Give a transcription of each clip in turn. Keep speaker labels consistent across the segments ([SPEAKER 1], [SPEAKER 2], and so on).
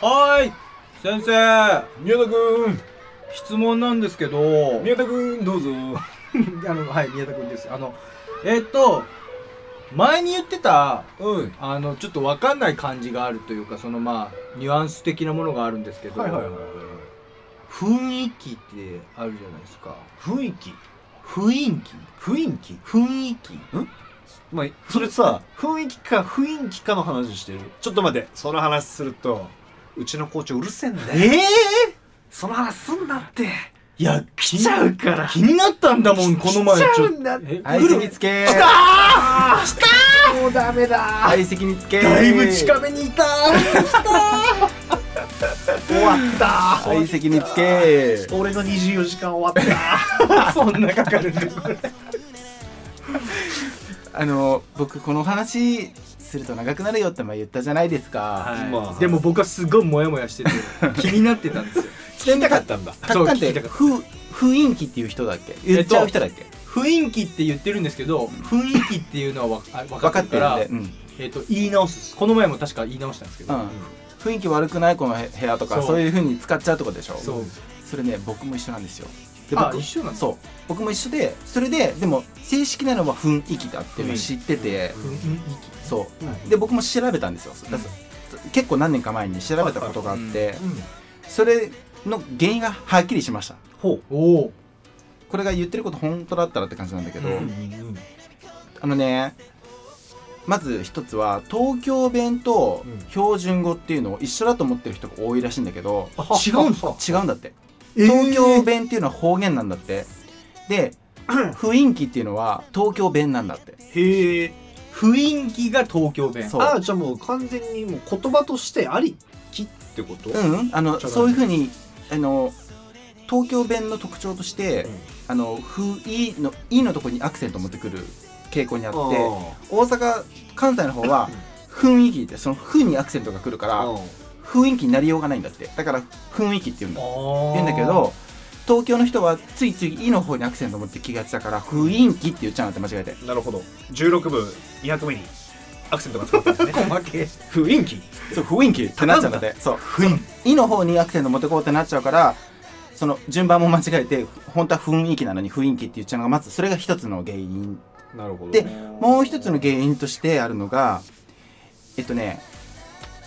[SPEAKER 1] はーい先生
[SPEAKER 2] 宮田君
[SPEAKER 1] 質問なんです けど
[SPEAKER 2] 宮田君どうぞ
[SPEAKER 1] あのはい宮田君ですあのえっと前に言ってた
[SPEAKER 2] うん
[SPEAKER 1] あのちょっとわかんない感じがあるというかそのまあニュアンス的なものがあるんですけど、
[SPEAKER 2] はいはいはいはい
[SPEAKER 1] 雰囲気ってあるじゃないですか
[SPEAKER 2] 雰囲気
[SPEAKER 1] 雰囲気
[SPEAKER 2] 雰囲気
[SPEAKER 1] 雰囲気
[SPEAKER 2] まあそれさ雰囲気か雰囲気かの話してるちょっと待ってその話するとうちの校長うるせえんだよ
[SPEAKER 1] ええ
[SPEAKER 2] その話すんなって
[SPEAKER 1] いや
[SPEAKER 2] 来
[SPEAKER 1] 来
[SPEAKER 2] ちゃうから
[SPEAKER 1] 気になったんだもんこの前
[SPEAKER 2] 来ち
[SPEAKER 1] ち
[SPEAKER 2] ゃ
[SPEAKER 1] ょ
[SPEAKER 2] う
[SPEAKER 1] っと
[SPEAKER 2] んだ
[SPEAKER 1] え
[SPEAKER 3] 相
[SPEAKER 1] 来る
[SPEAKER 3] 席つけ
[SPEAKER 2] あー来たもうダメだ
[SPEAKER 3] 相席につけ
[SPEAKER 1] だいぶ近めにいた
[SPEAKER 2] 終わった
[SPEAKER 3] 相席につけ
[SPEAKER 2] 俺の24時間終わっ た
[SPEAKER 1] そんなかかるんです
[SPEAKER 3] あの僕この話すると長くなるよって前言ったじゃないですか、
[SPEAKER 1] はい
[SPEAKER 2] まあ
[SPEAKER 1] でも僕はすごいモヤモヤしてて 気になってたんですよ
[SPEAKER 2] 聞きたかったんだ
[SPEAKER 3] タッカンっ
[SPEAKER 1] そう聞
[SPEAKER 3] て
[SPEAKER 1] きたかっ
[SPEAKER 3] ふ雰囲気っていう人だっけ言っちゃう人だっけ、
[SPEAKER 1] 雰囲気って言ってるんですけど雰囲気っていうのはわあ分
[SPEAKER 3] 分
[SPEAKER 1] か
[SPEAKER 3] か
[SPEAKER 1] っ
[SPEAKER 3] ってて
[SPEAKER 1] るから
[SPEAKER 3] るんで、
[SPEAKER 1] えっと言い直すこの前も確か言い直したんですけ
[SPEAKER 3] う
[SPEAKER 1] ど
[SPEAKER 3] んうん、雰囲気悪くないこのへ部屋とか
[SPEAKER 1] そう
[SPEAKER 3] そういうふうに使っちゃうとこでしょ
[SPEAKER 1] そう
[SPEAKER 3] それね僕も一緒なんですよで
[SPEAKER 1] あ
[SPEAKER 3] 僕
[SPEAKER 1] 一緒なんだ
[SPEAKER 3] そう僕も一緒でそれででも正式なのは雰囲気だっていうのを知ってて、
[SPEAKER 2] うん
[SPEAKER 1] 雰囲
[SPEAKER 3] そううんで僕も調べたんですよ、だから結構何年か前に調べたことがあって、それの原因がはっきりしました
[SPEAKER 2] ほ
[SPEAKER 1] 気おお
[SPEAKER 3] これが言ってること本当だったらって感じなんだけど、
[SPEAKER 1] うん
[SPEAKER 2] ん
[SPEAKER 3] あのねまず一つは東京弁と
[SPEAKER 2] うん
[SPEAKER 3] 標準語っていうのを一緒だと思ってる人が多いらしいんだけど
[SPEAKER 1] 違うんですか
[SPEAKER 3] 違うんだって
[SPEAKER 1] えー
[SPEAKER 3] 東京弁っていうのは方言なんだってで雰囲気っていうのは東京弁なんだって
[SPEAKER 2] へえ
[SPEAKER 1] 雰囲気が東京弁
[SPEAKER 3] そう
[SPEAKER 2] ああじゃあもう完全にもう言葉としてありきってこと、
[SPEAKER 3] う
[SPEAKER 2] あ
[SPEAKER 3] ん、あ
[SPEAKER 2] ち
[SPEAKER 3] の
[SPEAKER 2] ょっと
[SPEAKER 3] そういうふうにあの東京弁の特徴として、
[SPEAKER 2] うん
[SPEAKER 3] あの「ふ」「い」の「い」のところにアクセントを持ってくる傾向にあって
[SPEAKER 2] ー
[SPEAKER 3] 大阪関西の方は雰囲気ってその「ふ」にアクセントが来るから
[SPEAKER 2] う
[SPEAKER 3] 雰囲気になりようがないんだってだから雰囲気って言うんだ
[SPEAKER 1] 言
[SPEAKER 3] 言うんだけど東京の人はついつい「い」の方にアクセントを持ってきがちだから「雰囲気」って言っちゃうんだって間違えて
[SPEAKER 2] んなるほど16部200目にアクセントがつかったん ですね
[SPEAKER 1] 負け
[SPEAKER 2] 雰囲気
[SPEAKER 3] そう雰囲気ってなっちゃうんだってそう
[SPEAKER 1] 雰囲
[SPEAKER 3] 「い」の方にアクセント持ってこうってなっちゃうからその順番も間違えて本当は雰囲気なのに雰囲気って言っちゃうのがまずそれが一つの原因
[SPEAKER 2] なるほど
[SPEAKER 3] でもう一つの原因としてあるのがえっとね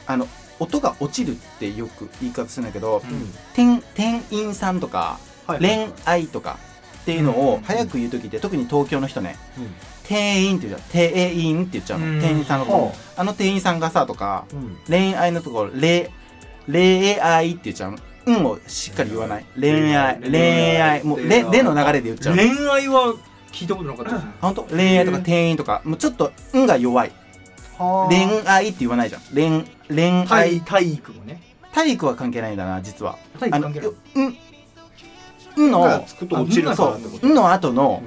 [SPEAKER 3] あの音が落ちるってよく言い方するんだけど、
[SPEAKER 1] うん
[SPEAKER 3] 店店員さんとか
[SPEAKER 2] はい
[SPEAKER 3] 恋愛とかっていうの
[SPEAKER 1] う
[SPEAKER 3] を
[SPEAKER 1] ん
[SPEAKER 3] 早く言う時って、特に東京の人ね
[SPEAKER 2] うん
[SPEAKER 3] 店員って言うじゃん店員って言っちゃうの、
[SPEAKER 1] うん
[SPEAKER 3] 店員さんのこと、
[SPEAKER 2] うん
[SPEAKER 3] あの店員さんがさとか
[SPEAKER 2] うん
[SPEAKER 3] 恋愛のところ恋恋愛って言っちゃうのうんをしっかり言わない恋愛
[SPEAKER 1] 恋愛
[SPEAKER 3] 恋愛もうれでの流れで言っちゃうの
[SPEAKER 1] 恋愛は聞いたことなかったですね
[SPEAKER 3] 本当恋愛とか店員とかもうちょっと「運が弱い恋愛って言わないじゃん恋
[SPEAKER 1] 体
[SPEAKER 3] 恋愛
[SPEAKER 1] 体育もね
[SPEAKER 3] 体育は関係ないんだな実は
[SPEAKER 1] 体育関
[SPEAKER 3] あの
[SPEAKER 1] 係ない
[SPEAKER 3] うんうん
[SPEAKER 2] が
[SPEAKER 3] の
[SPEAKER 2] つくと落ちる
[SPEAKER 1] あ
[SPEAKER 3] そ
[SPEAKER 2] か
[SPEAKER 3] う
[SPEAKER 2] ってこと
[SPEAKER 3] うんの後の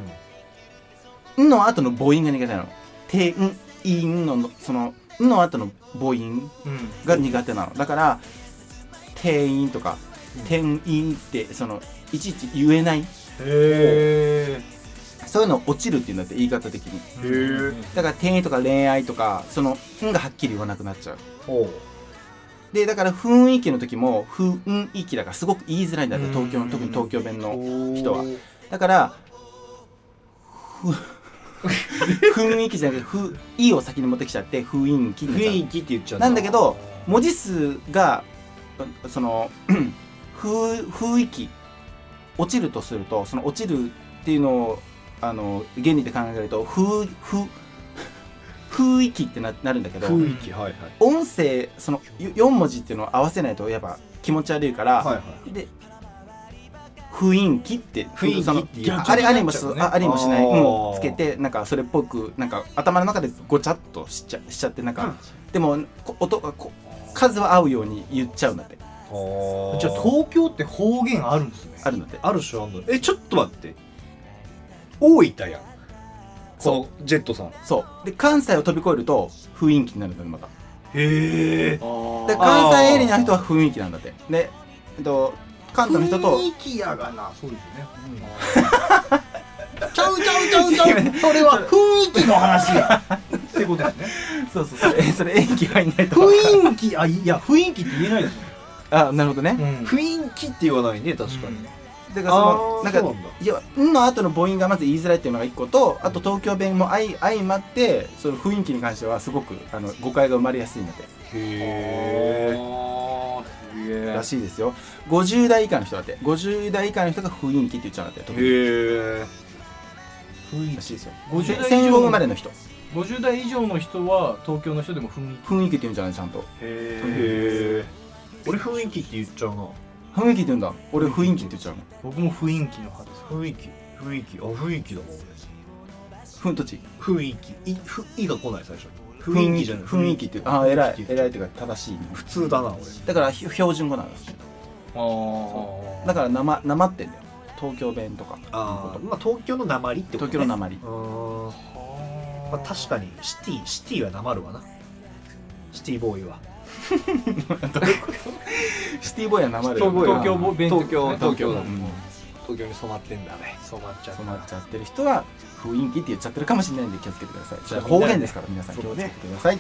[SPEAKER 2] うん
[SPEAKER 3] うんの後の母音が苦手なのてんいんのそのうんの後の母音
[SPEAKER 1] うん
[SPEAKER 3] が苦手なのだから店員とか
[SPEAKER 2] うん
[SPEAKER 3] 店員ってそのいちいち言えない
[SPEAKER 1] へ
[SPEAKER 3] そういうの落ちるっていうんだって言い方的に
[SPEAKER 1] え
[SPEAKER 2] へ
[SPEAKER 3] だから店員とか恋愛とかその「ん」がはっきり言わなくなっちゃう
[SPEAKER 2] ほう
[SPEAKER 3] でだから雰囲気の時も雰囲気だからすごく言いづらいんだって
[SPEAKER 1] うん
[SPEAKER 3] 東京の特に東京弁の
[SPEAKER 2] 人
[SPEAKER 3] 人はだからふ雰囲気じゃなくて「ふ」 「い」を先に持ってきちゃって雰囲気になっちゃう
[SPEAKER 2] 雰囲気って言っちゃうん
[SPEAKER 3] なんだけど文字数がそのうん風雰囲気落ちるとするとその落ちるっていうのをあの原理で考えると風風 雰囲気ってななるんだけど
[SPEAKER 2] 雰囲気はいはい
[SPEAKER 3] 音声その4文字っていうのを合わせないとやっぱ気持ち悪いか
[SPEAKER 2] は
[SPEAKER 3] ら、
[SPEAKER 2] いはい
[SPEAKER 3] で雰囲気って
[SPEAKER 2] 雰囲気って
[SPEAKER 3] その
[SPEAKER 2] 逆
[SPEAKER 1] になっちゃうね
[SPEAKER 3] あれありもしあありもしない
[SPEAKER 2] あー
[SPEAKER 3] うんをつけてなんかそれっぽくなんか頭の中でごちゃっとしちゃしちゃってなんか、でもこ音がこ数は合うように言っちゃうんだって
[SPEAKER 2] ほう
[SPEAKER 1] じゃあ東京って方言あるんですね
[SPEAKER 3] あるんだって
[SPEAKER 2] ある種あんのえちょっと待って大分やん
[SPEAKER 3] そ
[SPEAKER 2] このジェットさんへ
[SPEAKER 3] そうで関西を飛び越えると雰囲気になるんだよまた
[SPEAKER 2] え
[SPEAKER 3] で
[SPEAKER 1] あ
[SPEAKER 3] 関西エリアの人は雰囲気なんだってで、えっと、関東の人と
[SPEAKER 1] 雰囲気やがなそうですねちゃうちゃうちゃうちゃうそれは雰囲気の話やってことですね
[SPEAKER 3] そうそうそうえそれ演技入んないと
[SPEAKER 1] 雰囲気あいや雰囲気って言えないですね
[SPEAKER 3] あなるほどね、
[SPEAKER 1] うん
[SPEAKER 2] 雰囲気って言わないね確かに、
[SPEAKER 1] うん
[SPEAKER 3] だからそ
[SPEAKER 2] あー
[SPEAKER 3] のなんか
[SPEAKER 2] そうなんだ
[SPEAKER 3] いや「ん」の後の母音がまず言いづらいっていうのが一個とあと東京弁も相相まってその雰囲気に関してはすごくあの誤解が生まれやすいので
[SPEAKER 2] へ
[SPEAKER 1] あーすげえ
[SPEAKER 3] らしいですよ50代以下の人だって50代以下の人が雰囲気って言っちゃうんだっ
[SPEAKER 2] え
[SPEAKER 3] て特に
[SPEAKER 2] へえ
[SPEAKER 1] 雰囲
[SPEAKER 3] らしいですよ
[SPEAKER 1] 50代以上
[SPEAKER 3] 戦後生まれの人
[SPEAKER 1] 気50代以上の人は東京の人でも雰囲気
[SPEAKER 3] 雰囲気って言うんじゃないちゃんと
[SPEAKER 1] へえ
[SPEAKER 2] へえ俺雰囲気って言っちゃうな
[SPEAKER 3] 雰囲気って言うんだ俺雰囲気って言っちゃうの
[SPEAKER 1] 僕も雰囲気の派です
[SPEAKER 2] 雰囲気雰囲気あ雰囲気だもん
[SPEAKER 3] ふんとち
[SPEAKER 2] 俺雰囲気いふいが来ない最初
[SPEAKER 3] 雰
[SPEAKER 2] 雰囲
[SPEAKER 3] 囲
[SPEAKER 2] 気
[SPEAKER 3] 気
[SPEAKER 2] じゃない
[SPEAKER 3] 雰囲気っていうああ偉い偉
[SPEAKER 2] い
[SPEAKER 3] いっていうか正しい日本
[SPEAKER 2] 普通だな俺
[SPEAKER 3] だからひ標準語なんです
[SPEAKER 1] あ
[SPEAKER 3] だからなまなまってんだよ東京弁とか
[SPEAKER 2] ああまあ東京の鉛ってこと
[SPEAKER 3] 東
[SPEAKER 2] ね
[SPEAKER 3] 京のなまり
[SPEAKER 2] うー
[SPEAKER 1] あ
[SPEAKER 2] んまあ、確かにシティシティはなまるわなシティボーイは
[SPEAKER 3] シティボーイはなまる
[SPEAKER 1] 東
[SPEAKER 2] ボーイは
[SPEAKER 1] 東京ボ弁
[SPEAKER 2] 東京
[SPEAKER 1] 東
[SPEAKER 2] 東
[SPEAKER 1] 京
[SPEAKER 2] 京
[SPEAKER 1] だ
[SPEAKER 2] だ
[SPEAKER 1] も
[SPEAKER 2] も
[SPEAKER 1] ん
[SPEAKER 2] ん
[SPEAKER 3] うん
[SPEAKER 2] 東京に染まってんだね
[SPEAKER 1] 染まっちゃう
[SPEAKER 3] 染まっちゃってる人は雰囲気って言っちゃってるかもしれないんで気をつけてください
[SPEAKER 2] じゃあ
[SPEAKER 3] 方言ですから皆さん
[SPEAKER 2] そ
[SPEAKER 3] 気
[SPEAKER 2] こ
[SPEAKER 3] をつ
[SPEAKER 2] ね
[SPEAKER 3] けてください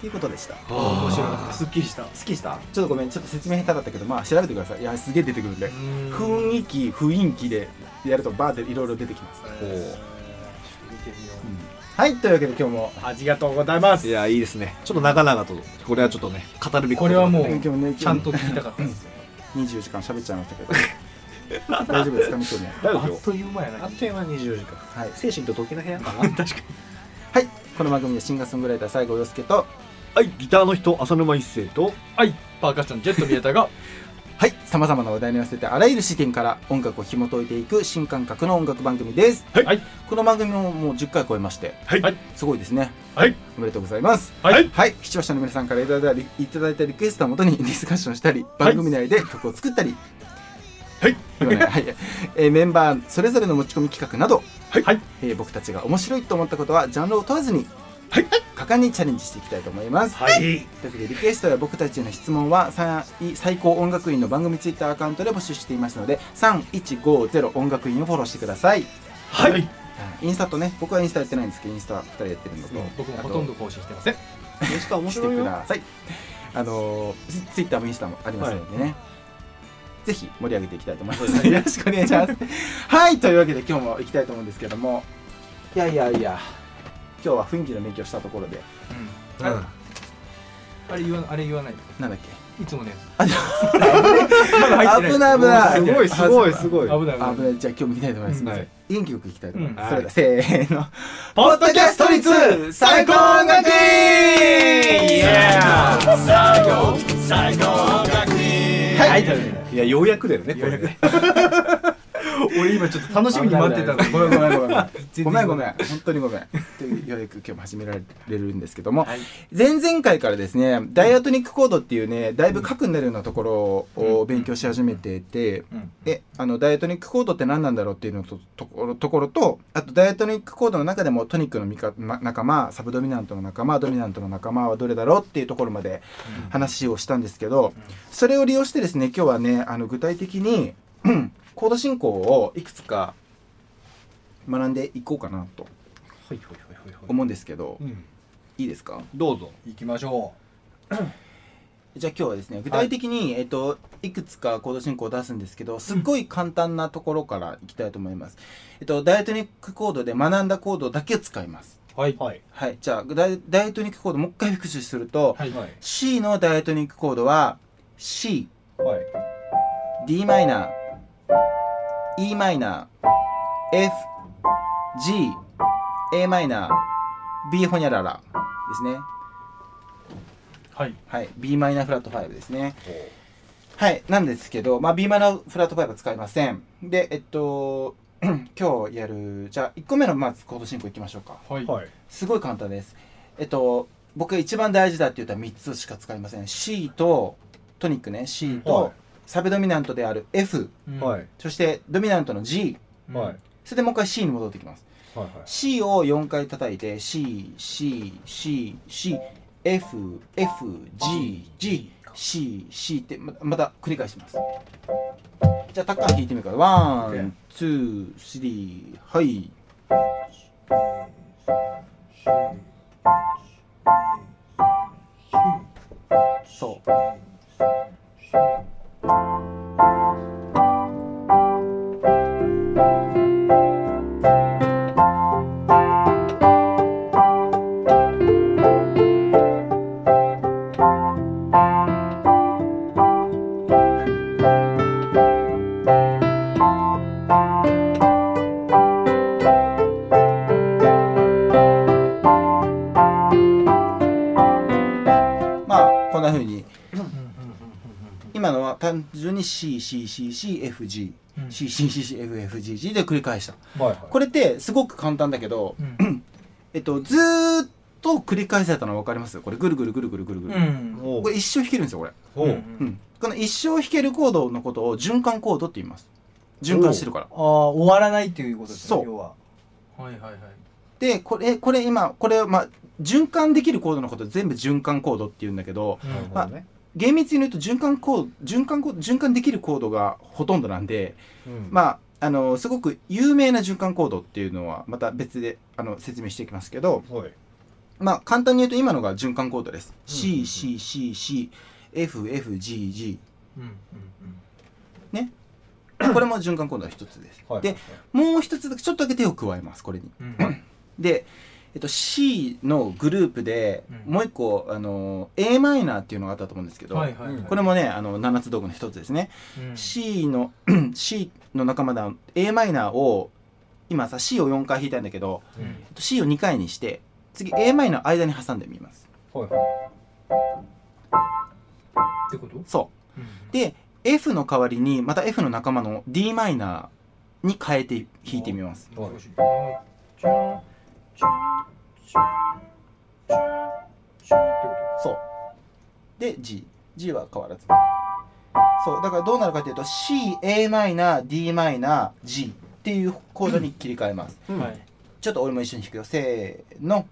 [SPEAKER 3] ということでした
[SPEAKER 1] あー面白かったすっきりした
[SPEAKER 3] 好きしたちょっとごめんちょっと説明下手だったけどまあ調べてくださいいやすげえ出てくるんで
[SPEAKER 1] 雰囲
[SPEAKER 3] 雰囲気雰囲気でやるとバーでいろいろ出てきます、
[SPEAKER 1] 気
[SPEAKER 2] おう
[SPEAKER 1] 見てみよ
[SPEAKER 3] うんはいというわけで今日も
[SPEAKER 1] うありがとうございま
[SPEAKER 2] い
[SPEAKER 1] す
[SPEAKER 2] やいいですねちょっと長々とこれはちょっとね語るべきと
[SPEAKER 1] こ
[SPEAKER 2] だ
[SPEAKER 1] れはもう
[SPEAKER 3] 今日もね
[SPEAKER 1] ちゃんと聞きたかったですよ
[SPEAKER 3] 24時間喋っちゃいましたけど大丈夫ですかみ日も
[SPEAKER 2] 大
[SPEAKER 1] あ
[SPEAKER 2] 丈
[SPEAKER 1] っという間やな
[SPEAKER 2] あっという間に24時間
[SPEAKER 3] はい
[SPEAKER 2] 精神と時の部屋かな 確かに
[SPEAKER 3] はいこの番組でシンガーソングライター西郷陽介と
[SPEAKER 2] はいギターの人浅沼一生と
[SPEAKER 1] はいパーカッションジェット宮田が
[SPEAKER 3] はい、さまざまな話題に寄せてあらゆる視点から音楽を紐解いていく新感覚の音楽番組です。
[SPEAKER 2] はい
[SPEAKER 1] はい
[SPEAKER 3] この番組ももう10回超えまして、
[SPEAKER 2] はい
[SPEAKER 1] はい
[SPEAKER 3] すごいですね。
[SPEAKER 2] はい、
[SPEAKER 3] おめでとうございます。
[SPEAKER 1] はい
[SPEAKER 3] はい、視聴者の皆さんからいただいたリいただいたリクエストをもとにディスカッションしたり、番組内で曲を作ったり、
[SPEAKER 2] はい
[SPEAKER 3] 言わない、はい、えーメンバーそれぞれの持ち込み企画など、
[SPEAKER 2] はい
[SPEAKER 1] はい
[SPEAKER 3] えー僕たちが面白いと思ったことはジャンルを問わずに、
[SPEAKER 2] はい
[SPEAKER 3] 果敢にチャレンジしていきたいと思います。
[SPEAKER 2] はい
[SPEAKER 3] というわけでリクエストや僕たちへの質問はさい最高音楽院の番組ツイッターアカウントで募集していますので3150音楽院をフォローしてください
[SPEAKER 2] はい
[SPEAKER 3] インスタとね僕はインスタやってないんですけどインスタ2人やってるのと、
[SPEAKER 1] 僕もほとんど更新してません
[SPEAKER 2] インスタ面
[SPEAKER 3] して
[SPEAKER 2] 白い
[SPEAKER 3] く
[SPEAKER 2] よ
[SPEAKER 3] ださいあのツツイッターもインスタもありますのでね、ぜひ盛り上げていきたいと思いますので、よろしくお願いしますはいというわけで今日も行きたいと思うんですけどもいやいやいや今日は雰囲気の勉強したところで
[SPEAKER 1] うんああれ言わないあれ言わない
[SPEAKER 3] なんだっけ
[SPEAKER 1] いつもね
[SPEAKER 3] あじゃ
[SPEAKER 1] まだ入っ
[SPEAKER 3] あ危ない危ない
[SPEAKER 1] て
[SPEAKER 2] すごいすごい
[SPEAKER 1] 危ない危ない
[SPEAKER 3] 危ないじゃあ今日も行きたいと思います、
[SPEAKER 1] うん
[SPEAKER 2] はい
[SPEAKER 3] 元気よく行きたいと思います、
[SPEAKER 2] うん
[SPEAKER 3] それではせーの
[SPEAKER 1] ポッドキャスト率最高音楽院イエー
[SPEAKER 2] 最高最高音楽に
[SPEAKER 1] は
[SPEAKER 3] はいい
[SPEAKER 1] というわ
[SPEAKER 2] いやようやくだよねこれね
[SPEAKER 1] けで俺今ちょっと楽しみに待ってたの
[SPEAKER 3] ごめんごめんごめん
[SPEAKER 1] 然
[SPEAKER 3] ごめんごめん本当にごめんというようやく今日も始められるんですけども、
[SPEAKER 1] はい
[SPEAKER 3] 前々回からですねダイアトニックコードっていうねだいぶ核になるようなところ
[SPEAKER 1] う
[SPEAKER 3] を
[SPEAKER 1] ん
[SPEAKER 3] 勉強し始めてて、
[SPEAKER 1] うん
[SPEAKER 3] えあのダイアトニックコードって何なんだろうっていうのとところところとあとダイアトニックコードの中でもトニックのみか、ま、仲間サブドミナントの仲間ドミナントの仲間はどれだろうっていうところまで話をしたんですけどそれを利用してですね今日はねあの具体的に うんコード進行をいくつか学んでいこうかなと
[SPEAKER 2] はいはいはいはい
[SPEAKER 3] 思うんですけど
[SPEAKER 2] うん
[SPEAKER 3] いいですか
[SPEAKER 2] どうぞ
[SPEAKER 1] 行きましょ
[SPEAKER 3] じゃあ今日はですね具体的に、いえっと、いくつかコード進行を出すんですけどすっごい簡単なところからいきたいと思います、えっと、ダイアトニックコードで学んだコードだけを使います
[SPEAKER 1] うはい
[SPEAKER 2] はい
[SPEAKER 3] はいじゃあダイダイアトニックコードもう一回復習すると、
[SPEAKER 1] はい
[SPEAKER 2] はい
[SPEAKER 3] C のダイアトニックコードは CDm
[SPEAKER 2] はい
[SPEAKER 3] Em F G Am B ホニャララですね
[SPEAKER 1] はい
[SPEAKER 3] はい b マイナーフラット5ですねはい、なんですけど、まあ、b マイナーフラット5は使いません。で、えっと、 今日やる、じゃあ、1個目のまずコード進行いきましょうか。
[SPEAKER 1] はい
[SPEAKER 2] はい
[SPEAKER 3] すごい簡単です。えっと、僕が一番大事だって言ったら3つしか使いません。C と、トニックね、C
[SPEAKER 2] はい
[SPEAKER 3] と、サブドミナントである F、
[SPEAKER 2] はいい
[SPEAKER 3] そしてドミナントの G、
[SPEAKER 2] はいはい
[SPEAKER 3] それでもう一回 C に戻ってきます。
[SPEAKER 2] はい
[SPEAKER 3] C を4回叩いて C C C C F F G G C C ってままた繰り返しますじゃあタッカー弾いてみるからワンツースリーはいそうまあこんなふうに今のは単純に CCCCFGCCCFFGG
[SPEAKER 1] うんうん
[SPEAKER 3] で繰り返した
[SPEAKER 2] はい
[SPEAKER 3] これってすごく簡単だけど、
[SPEAKER 1] うん
[SPEAKER 3] えっと、ずーっと繰り返されたの分かりますこれぐるぐるぐるぐるぐるぐる、
[SPEAKER 1] うん
[SPEAKER 2] おう
[SPEAKER 3] これ一生弾けるんですよこれ、
[SPEAKER 2] おう
[SPEAKER 3] うんこの一生弾けるコードのことを循環コードって言います循環してるから
[SPEAKER 1] ああ終わらないっていうことです
[SPEAKER 3] そ
[SPEAKER 1] ね
[SPEAKER 3] う
[SPEAKER 1] 要ははいはいはい
[SPEAKER 3] でこれこれ今これ、まあ、循環できるコードのこと全部循環コードって言うんだけど
[SPEAKER 2] なるほ
[SPEAKER 1] あ
[SPEAKER 2] どね
[SPEAKER 3] 厳密に言うと循環コード循環コード循環できるコードがほとんどなんで、
[SPEAKER 2] あ
[SPEAKER 3] まああのすごく有名な循環コードっていうのはまた別であの説明していきますけど、
[SPEAKER 2] はい
[SPEAKER 3] まあ簡単に言うと今のが循環コードです。
[SPEAKER 2] うんうんうん
[SPEAKER 3] CCCCFFGG。
[SPEAKER 1] うんうん
[SPEAKER 3] これも循環コードの一つです。
[SPEAKER 2] はい
[SPEAKER 3] で、もう一つだけちょっとだけ手を加えます、これに。
[SPEAKER 1] うんうん
[SPEAKER 3] で、えっと、C のグループで、
[SPEAKER 1] うん
[SPEAKER 3] もう一個、あの、a マイナーっていうのがあったと思うんですけど、
[SPEAKER 1] はいはいはい
[SPEAKER 3] これもね、あの、七つ道具の一つですね。
[SPEAKER 1] うん
[SPEAKER 3] C の、C の仲間だ、a マイナーを、今さ、C を4回弾いたんだけど、
[SPEAKER 1] うん
[SPEAKER 3] えっと C を2回にして、次 a マイナーの間に挟んでみます。
[SPEAKER 2] はいは
[SPEAKER 1] ってこと
[SPEAKER 3] そう。で F の代わりにまた F の仲間の d マイナーに変えて弾いてみます。
[SPEAKER 1] うん少しあーチュンチュンチュンチュンチュンってこ
[SPEAKER 3] そう。で G。G は変わらず。そう。だからどうなるかというと C、a マイナー、d マイナー、G っていうコードに切り替え ます。
[SPEAKER 2] い
[SPEAKER 1] と
[SPEAKER 2] は
[SPEAKER 1] はいい。
[SPEAKER 3] ちょっと俺も一緒に弾くよ。せーの。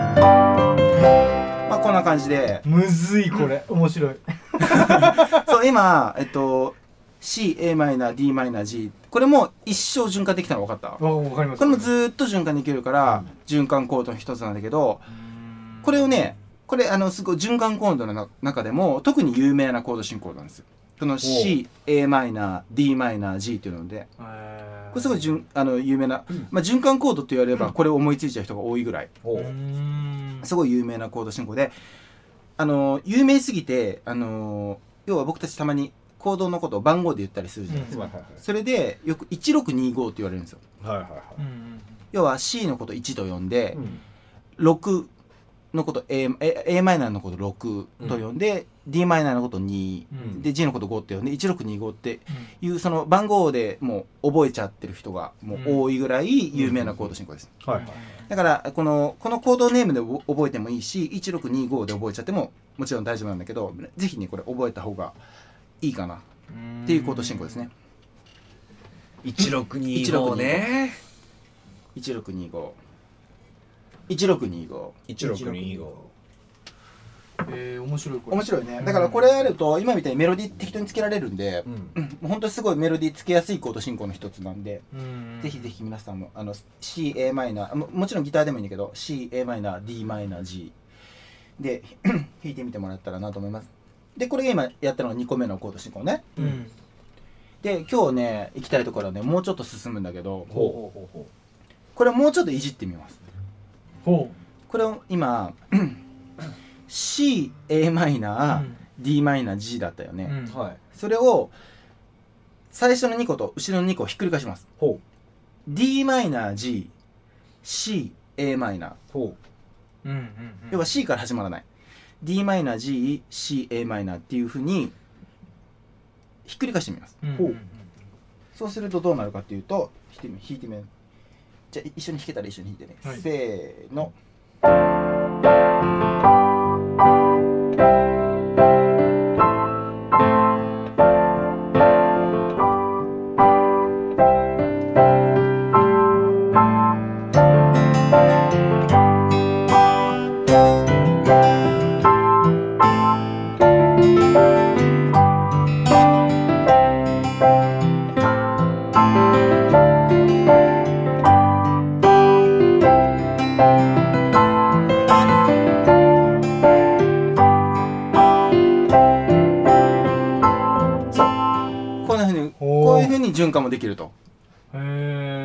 [SPEAKER 3] まあこんな感じで
[SPEAKER 1] むずいこれ面白い
[SPEAKER 3] そう、今、えっと、C、a マイナー、d マイナー、G。これも一生循環できたの分かった
[SPEAKER 1] わわかります
[SPEAKER 3] これもずーっと循環できるから、循環コードの一つなんだけど、これをねこれあのすごい循環コードのな中でも特に有名なコード進行なんですよこの CAmDmG っていうのでこれすごい
[SPEAKER 1] ゅ
[SPEAKER 3] 循あの有名な、まあ、循環コードって言われればこれを思いついちゃう人が多いぐらい
[SPEAKER 2] おう
[SPEAKER 3] すごい有名なコード進行であの有名すぎてあの要は僕たちたまにコードのことを番号で言ったりするじゃないですか、
[SPEAKER 2] はいはい
[SPEAKER 3] それでよく1625って言われるんですよ
[SPEAKER 2] はいはいは
[SPEAKER 3] 要は C のこと1と呼んで
[SPEAKER 2] い、うん
[SPEAKER 3] 6のこと a, a, a マイナーのこと6と呼んで、d マイナーのこと2
[SPEAKER 2] ん
[SPEAKER 3] で G のこと5って呼んで1625っていうその番号でもう覚えちゃってる人がもう多いぐらい有名なコード進行です、
[SPEAKER 2] はいはい
[SPEAKER 3] だからこのこのコードネームで覚覚えてもいいし1625で覚えちゃってももちろん大丈夫なんだけどぜひねこれ覚えた方がいいかなっていうコード進行ですね
[SPEAKER 2] 1625ね
[SPEAKER 3] 1625 1625
[SPEAKER 2] 1625
[SPEAKER 1] えー面白いこれ
[SPEAKER 3] 面白いねだからこれやると今みたいにメロディー適当につけられるんで、
[SPEAKER 2] うん
[SPEAKER 3] もう本当にすごいメロディーつけやすいコード進行の一つなんで、ぜひぜひ皆さんもあの CA マイナーももちろんギターでもいいんだけど CA マイナー d マイナー g で 弾いてみてもらったらなと思いますでこれが今やったのが2個目のコード進行ね
[SPEAKER 1] ひうん
[SPEAKER 3] で今日ね行きたいところはねもうちょっと進むんだけど
[SPEAKER 2] ほうほうほうほ
[SPEAKER 3] これをもうちょっといじってみます
[SPEAKER 1] ほ
[SPEAKER 3] これを今 CA マイ
[SPEAKER 1] う
[SPEAKER 3] ナー d マイナー g だったよね、
[SPEAKER 1] うん
[SPEAKER 2] うはい
[SPEAKER 3] それを最初の2個と後ろの2個をひっくり返します
[SPEAKER 2] ほ
[SPEAKER 3] d マイナー g c a マイナー
[SPEAKER 2] うほ
[SPEAKER 1] うんうんうん
[SPEAKER 3] 要は C から始まらない d マイナー g c a マイナーっていうふうにひっくり返してみます
[SPEAKER 1] うんうん
[SPEAKER 2] ほう
[SPEAKER 3] そうするとどうなるかっていうと弾いてみ弾いてみじゃあ一緒に弾けたら一緒に弾いてね、
[SPEAKER 1] はい
[SPEAKER 3] せーの
[SPEAKER 2] う
[SPEAKER 3] 循環もできると、
[SPEAKER 4] へ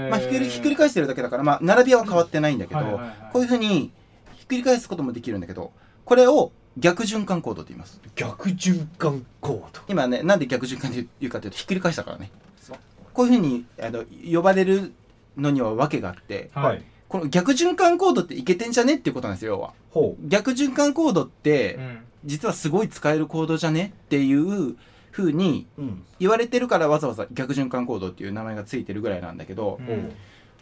[SPEAKER 4] え
[SPEAKER 3] まあ、ひっくりひっくり返してるだけだから、まあ、並びは変わってないんだけど、
[SPEAKER 4] はいはいはい
[SPEAKER 3] こういうふうにひっくり返すこともできるんだけどこれを逆循環行動と言います
[SPEAKER 2] 逆循環行動
[SPEAKER 3] 今ねなんで逆循環で言うかというとひっくり返したからねこういうふうにあの呼ばれるのには訳があって
[SPEAKER 4] はい
[SPEAKER 3] この逆循環行動っていけてんじゃねっていうことなんですよ要は
[SPEAKER 2] ほ
[SPEAKER 3] 逆循環行動って、
[SPEAKER 4] うん
[SPEAKER 3] 実はすごい使える行動じゃねっていうふうに
[SPEAKER 2] ううん
[SPEAKER 3] 言われてるからわざわざ逆循環行動っていう名前がついてるぐらいなんだけど、
[SPEAKER 4] うん
[SPEAKER 2] ほう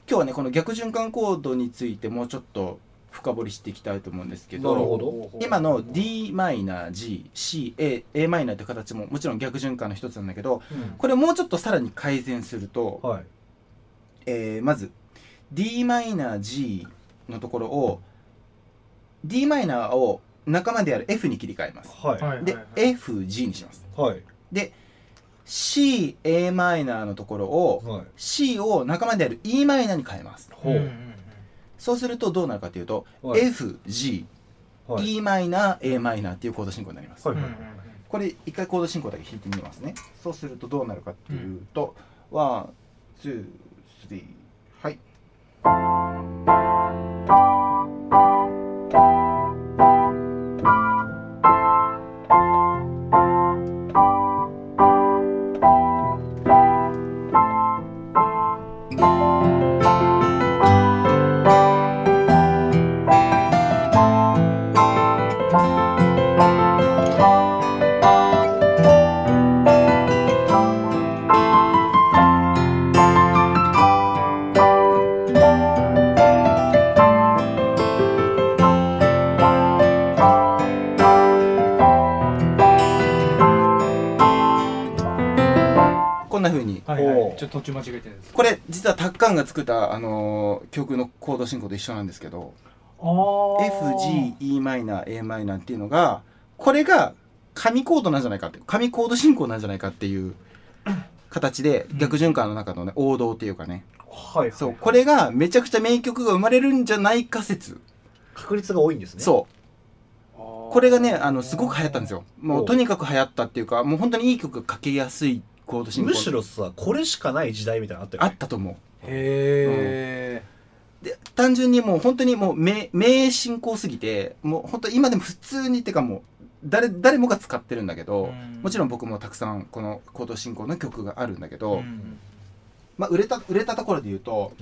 [SPEAKER 3] 今日はねこの逆循環行動についてもうちょっと深掘りしていきたいと思うんですけど
[SPEAKER 2] なるほど
[SPEAKER 3] 今の DmGCAam って形ももちろん逆循環の一つなんだけどこれをもうちょっとさらに改善すると、
[SPEAKER 2] はい
[SPEAKER 3] えーまず Dmg のところを Dm を仲間である F に切り替えます
[SPEAKER 2] はい
[SPEAKER 4] はい
[SPEAKER 3] で
[SPEAKER 4] はいはい
[SPEAKER 3] FG にします
[SPEAKER 2] はい
[SPEAKER 3] CAm のところを
[SPEAKER 2] はい
[SPEAKER 3] C を仲間である Em に変えます
[SPEAKER 2] ほ
[SPEAKER 4] うん
[SPEAKER 2] う
[SPEAKER 3] そうするとどうなるかというと、
[SPEAKER 2] はい
[SPEAKER 3] FG
[SPEAKER 2] はい
[SPEAKER 3] e マイナー a マイナーっていうコード進行になります、
[SPEAKER 2] はい
[SPEAKER 4] うんうんうん
[SPEAKER 3] これ一回コード進行だけ弾いてみますねそうするとどうなるかっていうと、ワンツースリーはいこんな風に
[SPEAKER 4] はいはい
[SPEAKER 2] おう
[SPEAKER 4] ちょっと途中間違えてるんです
[SPEAKER 3] これ実はタッカンが作った、あのー曲のコード進行と一緒なんですけど
[SPEAKER 4] ああ
[SPEAKER 3] FG e マイナー a マイナーっていうのがこれが紙コードなんじゃないかって紙コード進行なんじゃないかっていう形で逆循環の中のね王道っていうかね
[SPEAKER 2] はいは
[SPEAKER 3] そう
[SPEAKER 2] い
[SPEAKER 3] これがめちゃくちゃ名曲が生まれるんじゃないか説
[SPEAKER 2] 確率が多いんですねう
[SPEAKER 3] そうこ
[SPEAKER 4] こ
[SPEAKER 3] れがねあのすごく流行ったんですよも
[SPEAKER 2] お
[SPEAKER 3] うとにかく流行ったっていうかもう本当にいい曲が書けやすいコード進行
[SPEAKER 2] むしろさこれしかない時代みたいなのあったよ
[SPEAKER 3] あ
[SPEAKER 2] ね
[SPEAKER 3] ったと思
[SPEAKER 1] へ
[SPEAKER 3] うで単純にもう本当にもう名名進行すぎてもう本当今でも普通にってかもう誰誰もが使ってるんだけど、もちろん僕もたくさんこのコード進行の曲があるんだけど、
[SPEAKER 4] うん
[SPEAKER 3] まあ売れた売れたところで言うと、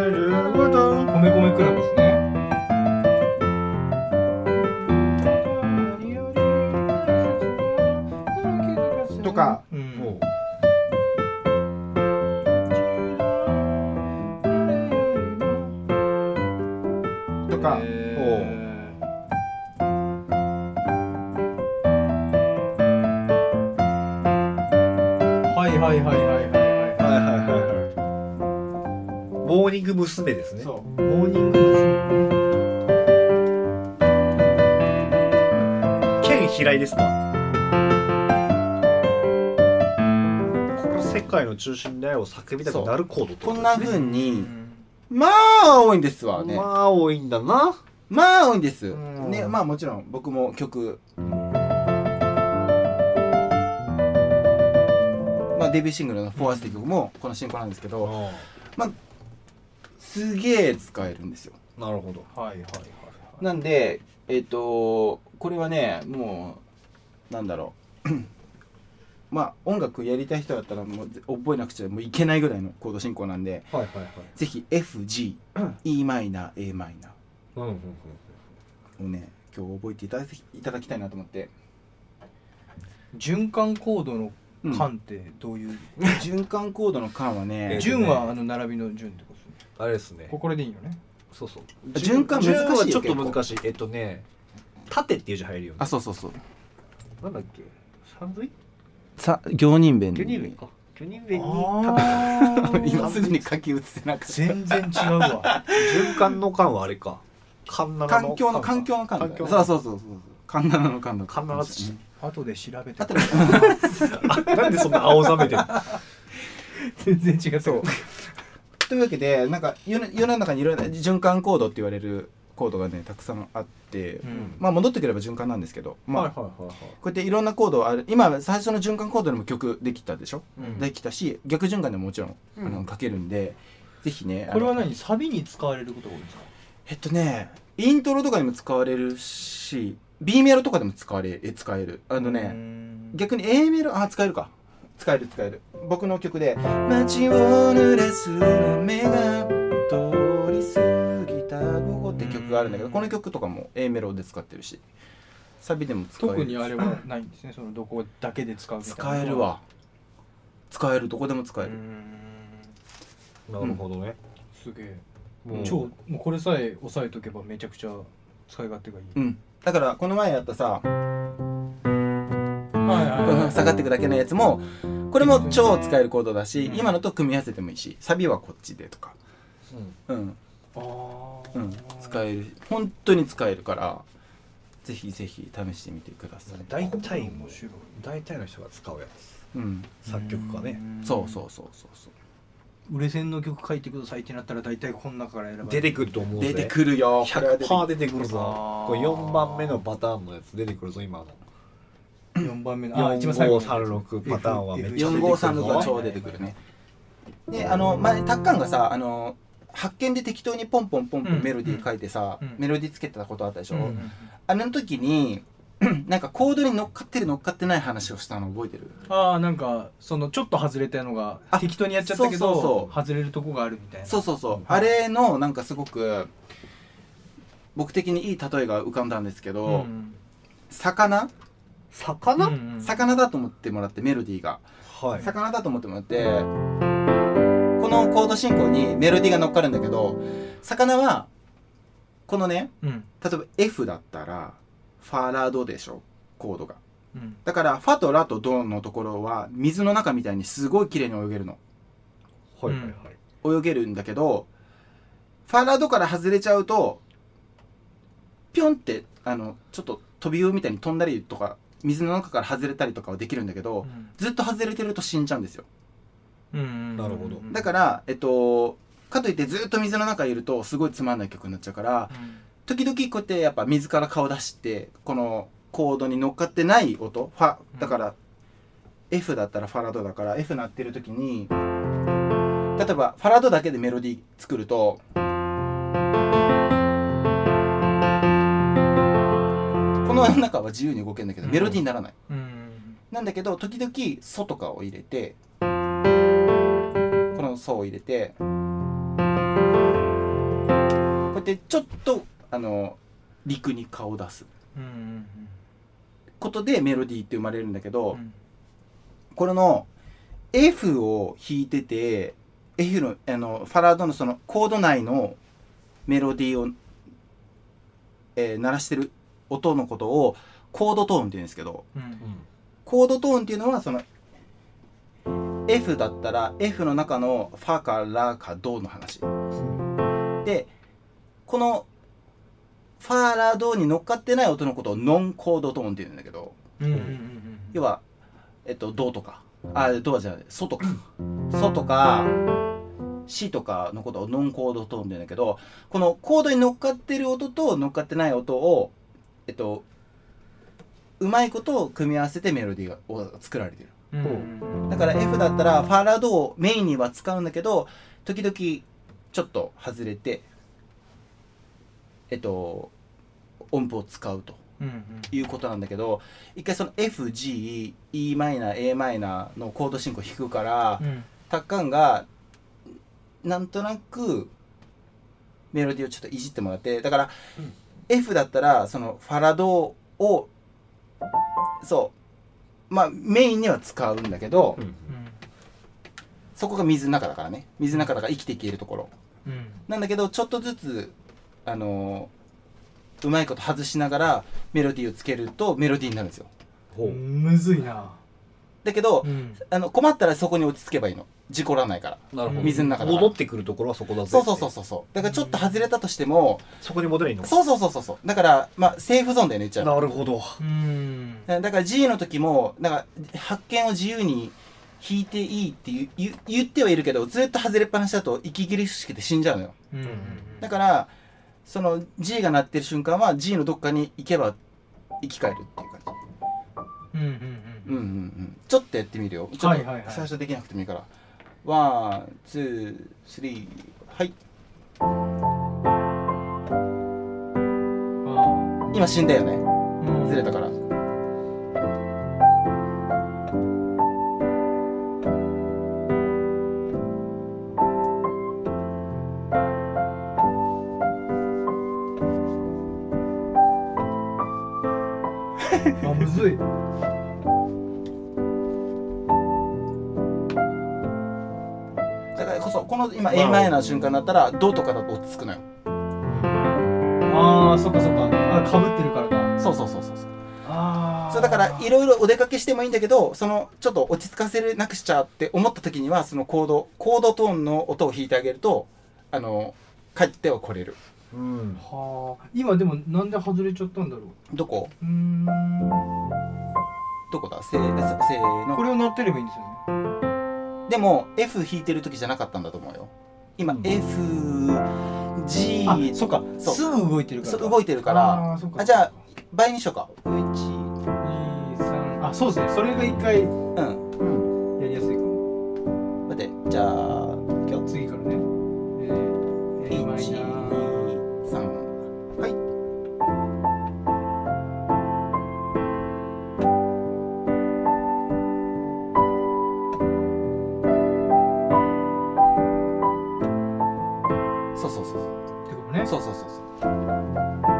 [SPEAKER 4] 米米クラブですね
[SPEAKER 3] とか
[SPEAKER 4] うん
[SPEAKER 2] もう
[SPEAKER 3] とか、
[SPEAKER 4] へーはいはいはいはいはいはい
[SPEAKER 2] はいはいはいはいモーニング娘。ですね
[SPEAKER 3] そう
[SPEAKER 2] モーニング娘。剣平井ですかこの世界の中心で愛を叫びたくなるコードって
[SPEAKER 3] こ
[SPEAKER 2] と
[SPEAKER 3] んな風
[SPEAKER 4] う
[SPEAKER 3] に
[SPEAKER 4] ん
[SPEAKER 3] まあ多いんですわね、
[SPEAKER 2] まあ多いんだな
[SPEAKER 3] まあ多いんです。
[SPEAKER 2] うん
[SPEAKER 3] ね、まあもちろん僕も曲。まあデビューシングルの「フォアスって曲もこの進行なんですけど、すげえ使えるんですよ。
[SPEAKER 2] なるほど
[SPEAKER 4] はいはいはい
[SPEAKER 3] なんで、えっ、と、これはね、もう、 なんだろう。まあ音楽やりたい人だったらもうぜ覚えなくちゃもういけないぐらいのコード進行なんで、
[SPEAKER 2] はいはいはい
[SPEAKER 3] ぜひ FG、e マイナー、a マイナ
[SPEAKER 2] うんうんうん
[SPEAKER 3] ーをね、今日覚えていただきいただきたいなと思って。
[SPEAKER 1] 循環コードの
[SPEAKER 3] うん
[SPEAKER 1] 間ってどういう
[SPEAKER 3] 循環コードの間はね、
[SPEAKER 2] え
[SPEAKER 1] 順はあの並びの順ってことですね
[SPEAKER 2] あれですね
[SPEAKER 1] ここれでいいよね
[SPEAKER 2] そうそう
[SPEAKER 3] 循環
[SPEAKER 2] 順
[SPEAKER 3] 難しい
[SPEAKER 2] はち
[SPEAKER 3] よ
[SPEAKER 2] ょっと
[SPEAKER 3] 結構
[SPEAKER 2] 難しいえっとね縦っていう字入るよね
[SPEAKER 3] あそうそうそう
[SPEAKER 2] なんだっけサンドイッ
[SPEAKER 3] さ行人弁
[SPEAKER 2] チ巨人弁か巨人弁に
[SPEAKER 3] 今すぐに書き写せなくて
[SPEAKER 1] 全然違うわ
[SPEAKER 2] 循環の間はあれか環七の
[SPEAKER 3] 環境の環境の間だよ
[SPEAKER 2] 環境
[SPEAKER 3] そうそうそうそう環七の間の
[SPEAKER 2] 環七つ
[SPEAKER 1] 後で調べて
[SPEAKER 3] あと
[SPEAKER 2] あなんでそんな青ざめてる
[SPEAKER 1] 全然違うそう
[SPEAKER 3] というわけでなんか世の世の中にいろいろな循環コードって言われるコードがねたくさんあって、
[SPEAKER 1] うん
[SPEAKER 3] まあ戻ってくれば循環なんですけど、まあ
[SPEAKER 2] はいはいはいはい
[SPEAKER 3] こうやっていろんなコードある今最初の循環コードでも曲できたでしょ、
[SPEAKER 1] うん
[SPEAKER 3] できたし逆循環でももちろん、あの書けるんでぜひねあの
[SPEAKER 1] これは何サビに使われることが多いんですか
[SPEAKER 3] えっとねイントロとかにも使われるし B メロとかでも使われえ使えるあのね、
[SPEAKER 1] うん
[SPEAKER 3] 逆に A メロあ使えるか使える使える僕の曲で「街を濡らす雨が通り過ぎた午後」って曲があるんだけどこの曲とかも A メロで使ってるしサビでも使える
[SPEAKER 1] 特にあれはないんですねそのどこだけで使うみたいな
[SPEAKER 3] 使えるわ使えるどこでも使え
[SPEAKER 1] う
[SPEAKER 3] る、
[SPEAKER 1] ん
[SPEAKER 2] なるほどね、
[SPEAKER 1] すげえ
[SPEAKER 2] もう
[SPEAKER 1] 超もうこれさえ押さえとけばめちゃくちゃ使い勝手がいい
[SPEAKER 3] うんだからこの前やったさ
[SPEAKER 1] はいは
[SPEAKER 3] この下がっていくだけのやつもこれも超使えるコードだし今のと組み合わせてもいいしサビはこっちでとか
[SPEAKER 2] うん
[SPEAKER 3] うん
[SPEAKER 1] ああ
[SPEAKER 3] うん、使える本当に使えるからぜひぜひ試してみてください、
[SPEAKER 2] 大体
[SPEAKER 1] 面白い
[SPEAKER 2] 大体の人が使うやつ
[SPEAKER 3] うん、
[SPEAKER 2] 作曲家ね
[SPEAKER 3] そうそうそうそうそう
[SPEAKER 1] 売れ線の曲書いてくださいってなったら大体この中から選ばれ
[SPEAKER 2] 出てくると思
[SPEAKER 3] う
[SPEAKER 2] うぜ
[SPEAKER 3] 出てくるよこれは出てく
[SPEAKER 2] 100%出てくるぞ
[SPEAKER 1] あー
[SPEAKER 2] これ4番目のパターンのやつ出てくるぞ今の
[SPEAKER 1] る4番目のあ一番最後
[SPEAKER 2] 4536パターンはめっちゃ出て
[SPEAKER 3] る
[SPEAKER 2] くるぞ
[SPEAKER 3] 4536が超出てくるねであの前タッカンがさあの発見で適当にポンポンポンポンメロディー書いてさ、
[SPEAKER 1] うん
[SPEAKER 3] メロディーつけてたことあったでしょ、
[SPEAKER 1] うん
[SPEAKER 3] あの時に なんかコードに乗っかってる乗っかってない話をしたの覚えてる
[SPEAKER 1] ああなんかそのちょっと外れたのが
[SPEAKER 3] あ
[SPEAKER 1] 適当にやっちゃったけ
[SPEAKER 3] そうそ
[SPEAKER 1] ど
[SPEAKER 3] うそ
[SPEAKER 1] 外れるとこがあるみたいな
[SPEAKER 3] そうそうそうあれのなんかすごく僕的にいい例えが浮かんだんですけど、
[SPEAKER 1] ん
[SPEAKER 3] 魚
[SPEAKER 2] 魚、
[SPEAKER 1] うんうん
[SPEAKER 3] 魚だと思ってもらってメロディーが
[SPEAKER 2] はい
[SPEAKER 3] 魚だと思ってもらってこのコード進行にメロディーが乗っかるんだけど魚はこのね
[SPEAKER 1] うん
[SPEAKER 3] 例えば F だったらファラドでしょコードが
[SPEAKER 1] うん
[SPEAKER 3] だからファとラとドンのところは水の中みたいにすごい綺麗に泳げるの
[SPEAKER 2] はいはいはい、
[SPEAKER 3] 泳げるんだけどファラドから外れちゃうとピョンってあのちょっと飛び魚みたいに飛んだりとか水の中から外れたりとかはできるんだけど、ずっと外れてると死んじゃうんですよ
[SPEAKER 1] うんうん
[SPEAKER 2] なるほど
[SPEAKER 3] だからえっとかといってずっと水の中にいるとすごいつまんない曲になっちゃうから時々こうやってやっぱ水から顔出してこのコードに乗っかってない音ファだから、F だったらファラドだから F 鳴ってる時に例えばファラドだけでメロディー作るとこの中は自由に動けるんだけどメロディーにならない、
[SPEAKER 1] うんうん
[SPEAKER 3] なんだけど時々「ソ」とかを入れてこの「ソ」を入れてこうやってちょっとあの陸に顔を出す
[SPEAKER 1] うんうん
[SPEAKER 3] ことでメロディーって生まれるんだけ
[SPEAKER 1] うん
[SPEAKER 3] ど、
[SPEAKER 1] うん
[SPEAKER 3] これの F を弾いてて F のあのファラードのそのコード内のメロディーを、えー鳴らしてる音のことをコードトーンって言うんですけど、
[SPEAKER 1] うん
[SPEAKER 3] コードトーンっていうのはその F だったら F の中のファかラかドの話でこのファラドに乗っかってない音のことをノンコードトーンっていうんだけど
[SPEAKER 1] うんうんうん
[SPEAKER 3] 要はえっとドとかあドはじゃないソとかソとかシとかのことをノンコードトーンって言うんだけどこのコードに乗っかってる音と乗っかってない音をえっとうまいことを組み合わせてメロディーがを作られて
[SPEAKER 1] う
[SPEAKER 3] る
[SPEAKER 1] んうん
[SPEAKER 3] だから F だったらファラドをメインには使うんだけど時々ちょっと外れてえっと音符を使うと
[SPEAKER 1] うん
[SPEAKER 3] いうことなんだけど一回その FGEmAm のコード進行を弾くから
[SPEAKER 1] うん
[SPEAKER 3] タッカンがなんとなくメロディーをちょっといじってもらってだから、F だったらそのファラドをそうまあメインには使うんだけど、
[SPEAKER 2] うん
[SPEAKER 3] そこが水の中だからね水の中だから生きていけるところ
[SPEAKER 1] うんうん
[SPEAKER 3] なんだけどちょっとずつあのーうまいこと外しながらメロディーをつけるとメロディーになるんですよ
[SPEAKER 2] ほう
[SPEAKER 1] むずいな
[SPEAKER 3] だけど、
[SPEAKER 1] うん
[SPEAKER 3] あの困ったらそこに落ち着けばいいの事故らないから
[SPEAKER 2] なるほど
[SPEAKER 3] 水の中だから
[SPEAKER 2] 戻ってくるところはそこだぜ
[SPEAKER 3] そうそうそうそうそうだからちょっと外れたとしても、
[SPEAKER 2] そこに戻ればいいの
[SPEAKER 3] そうそうそうそうそうだからまあセーフゾーンだよね言っちゃう
[SPEAKER 2] なるほど
[SPEAKER 1] うん
[SPEAKER 3] だから G の時もなんか発見を自由に引いていいって言う言う言ってはいるけどずっと外れっぱなしだと息切れしくて死んじゃうのよ
[SPEAKER 1] うんうん
[SPEAKER 3] だからその G が鳴ってる瞬間は G のどっかに行けば生き返るっていう感じ
[SPEAKER 1] うんうん
[SPEAKER 3] うんうんうんちょっとやってみるよちょっ
[SPEAKER 1] はい
[SPEAKER 3] と
[SPEAKER 1] はいはい
[SPEAKER 3] 最初できなくてもいいからワンツースリーはい
[SPEAKER 1] うん
[SPEAKER 3] 今死んだよね
[SPEAKER 1] ああ
[SPEAKER 3] ずれたから
[SPEAKER 1] あむずい
[SPEAKER 3] だからこそこの今 a マイナーの瞬間だったら「ド」とかだと落ち着くのよ
[SPEAKER 1] ああそっかそっかあかぶってるからか
[SPEAKER 3] そうそうそうそうそう
[SPEAKER 1] ああ
[SPEAKER 3] そうだからいろいろお出かけしてもいいんだけどそのちょっと落ち着かせるなくしちゃって思った時にはそのコードコードトーンの音を弾いてあげるとあの帰ってはこれる
[SPEAKER 2] うん
[SPEAKER 1] はあ今でもなんで外れちゃったんだろう
[SPEAKER 3] どこ
[SPEAKER 1] うーん
[SPEAKER 3] どこだせせせーの
[SPEAKER 1] これを鳴ってればいいんですよね
[SPEAKER 3] でも F 弾いてる時じゃなかったんだと思うよ今、
[SPEAKER 1] うん
[SPEAKER 3] FG
[SPEAKER 1] あそっか
[SPEAKER 3] そう
[SPEAKER 1] すぐ動いてるから
[SPEAKER 3] そう動いてるから
[SPEAKER 1] あーそっか
[SPEAKER 3] あじゃあ倍にしようか1
[SPEAKER 1] 23あそうですねそれが一回や
[SPEAKER 3] うん
[SPEAKER 1] りやすいかも
[SPEAKER 3] 待ってじゃあいくよ
[SPEAKER 1] 次からねえー、A マイナー
[SPEAKER 3] 123そうそうそうそう
[SPEAKER 1] ってことね
[SPEAKER 3] そうそうそうそう。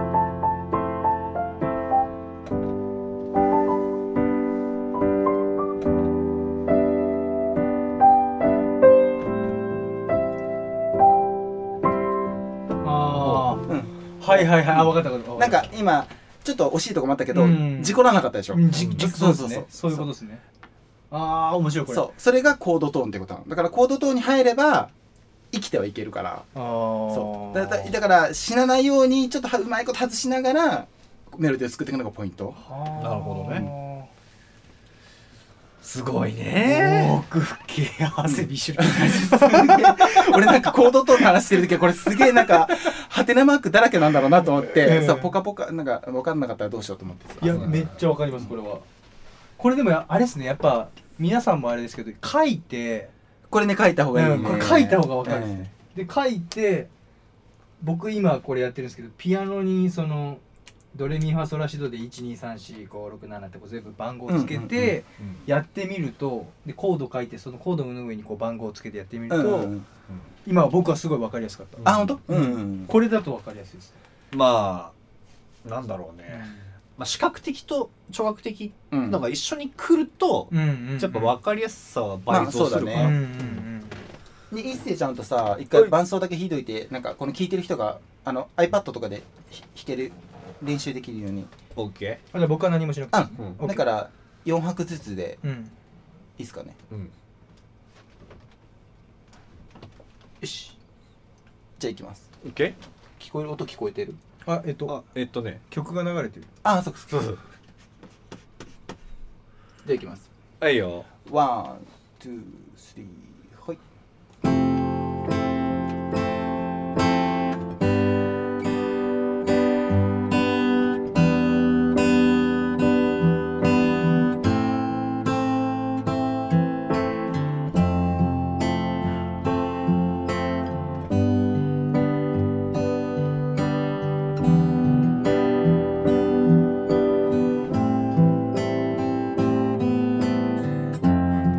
[SPEAKER 1] あ
[SPEAKER 3] うん、
[SPEAKER 1] あはいはいはいあ分かった分かった
[SPEAKER 3] なんか今ちょっと惜しいとこもあったけど、
[SPEAKER 1] うん
[SPEAKER 3] 事故らなかったでしょ。
[SPEAKER 1] うんじじ
[SPEAKER 3] そ
[SPEAKER 1] そうう
[SPEAKER 3] そ
[SPEAKER 1] そううそううそう
[SPEAKER 3] そ
[SPEAKER 1] いうことですねああ面白いこれ
[SPEAKER 3] そう、それがコードトーンってことなの。だからコードトーンに入れば生きてはいけるから。
[SPEAKER 1] あー
[SPEAKER 3] そう。だだだから死なないようにちょっとはうまいこと外しながらメロディーを作っていくのがポイ ント。
[SPEAKER 1] はあ
[SPEAKER 2] なるほど
[SPEAKER 1] ね
[SPEAKER 2] すごい
[SPEAKER 1] え
[SPEAKER 2] ね
[SPEAKER 1] 奥吹け汗びっしょり
[SPEAKER 3] 俺なんかコードトーンの話してる時はこれすげえなんかハテナマークだらけなんだろうなと思って、
[SPEAKER 1] うん
[SPEAKER 3] さポカポカなんか分かんなかったらどうしようと思ってさ。
[SPEAKER 1] いやめっちゃわかりますこれはこれでもやあれですねやっぱ皆さんもあれですけど書いて
[SPEAKER 3] これね書いた方がいい、ね
[SPEAKER 1] うんこれ書いた方がわかる
[SPEAKER 3] うん
[SPEAKER 1] で書いて僕今これやってるんですけどピアノにそのドレミファソラシドで123456ってこう全部番号つけ
[SPEAKER 3] うんうんうん
[SPEAKER 1] てやってみるとでコード書いてそのコードの上にこう番号をつけてやってみる
[SPEAKER 3] うんうんう
[SPEAKER 1] と
[SPEAKER 3] ん
[SPEAKER 1] 今は僕はすごいわかりやすかった
[SPEAKER 3] あ本当？
[SPEAKER 1] うんこれだとわかりやすいです
[SPEAKER 2] まあなんだろうね、まあ、視覚的と聴覚的
[SPEAKER 3] うん
[SPEAKER 2] のが一緒に来ると、
[SPEAKER 1] うんうんうん
[SPEAKER 2] やっぱ分かりやすさは倍増する
[SPEAKER 1] う
[SPEAKER 2] か
[SPEAKER 1] ん
[SPEAKER 3] まあそうだ
[SPEAKER 2] ら、
[SPEAKER 1] う
[SPEAKER 3] ね
[SPEAKER 1] ん
[SPEAKER 3] で一星ちゃんとさ一回伴奏だけ弾いといてなんかこの聴いてる人があの iPad とかでひ弾ける練習できるように
[SPEAKER 2] OK、
[SPEAKER 1] うんじゃあ僕は何もしなくていいですね
[SPEAKER 2] う
[SPEAKER 1] OK
[SPEAKER 2] ん
[SPEAKER 3] だから4拍ずつで
[SPEAKER 1] うん
[SPEAKER 3] いいっすかね
[SPEAKER 2] うん、
[SPEAKER 3] よしじゃあいきます
[SPEAKER 2] OK?
[SPEAKER 3] 聞こえる音聞こえてる
[SPEAKER 1] あえっと
[SPEAKER 2] あえっとね
[SPEAKER 1] 曲が流れてる
[SPEAKER 3] あそうかそうか
[SPEAKER 2] そうそう
[SPEAKER 3] じゃあいきます
[SPEAKER 2] はいよ
[SPEAKER 3] ワンツースリーほい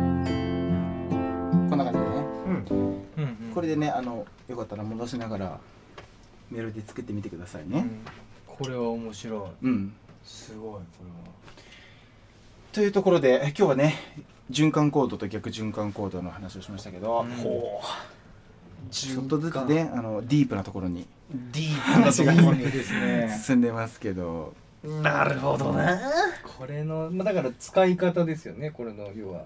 [SPEAKER 3] こんな感じでね
[SPEAKER 1] うんうん
[SPEAKER 3] これでねあのよかったら戻しながらメロディー作ってみてくださいうね
[SPEAKER 1] んこれは面白い
[SPEAKER 3] うん
[SPEAKER 1] すごいこ
[SPEAKER 3] というところでえ今日はね循環コードと逆循環コードの話をしましたけど、
[SPEAKER 1] うん
[SPEAKER 2] ほ
[SPEAKER 3] ちょっとずつねあのディープなところに
[SPEAKER 2] うディープな
[SPEAKER 1] れ
[SPEAKER 2] とこ
[SPEAKER 1] は
[SPEAKER 2] ろに
[SPEAKER 1] ですね
[SPEAKER 3] 進んでますけど、
[SPEAKER 2] なるほどな
[SPEAKER 1] これの、まあ、だから使い方ですよねこれの要は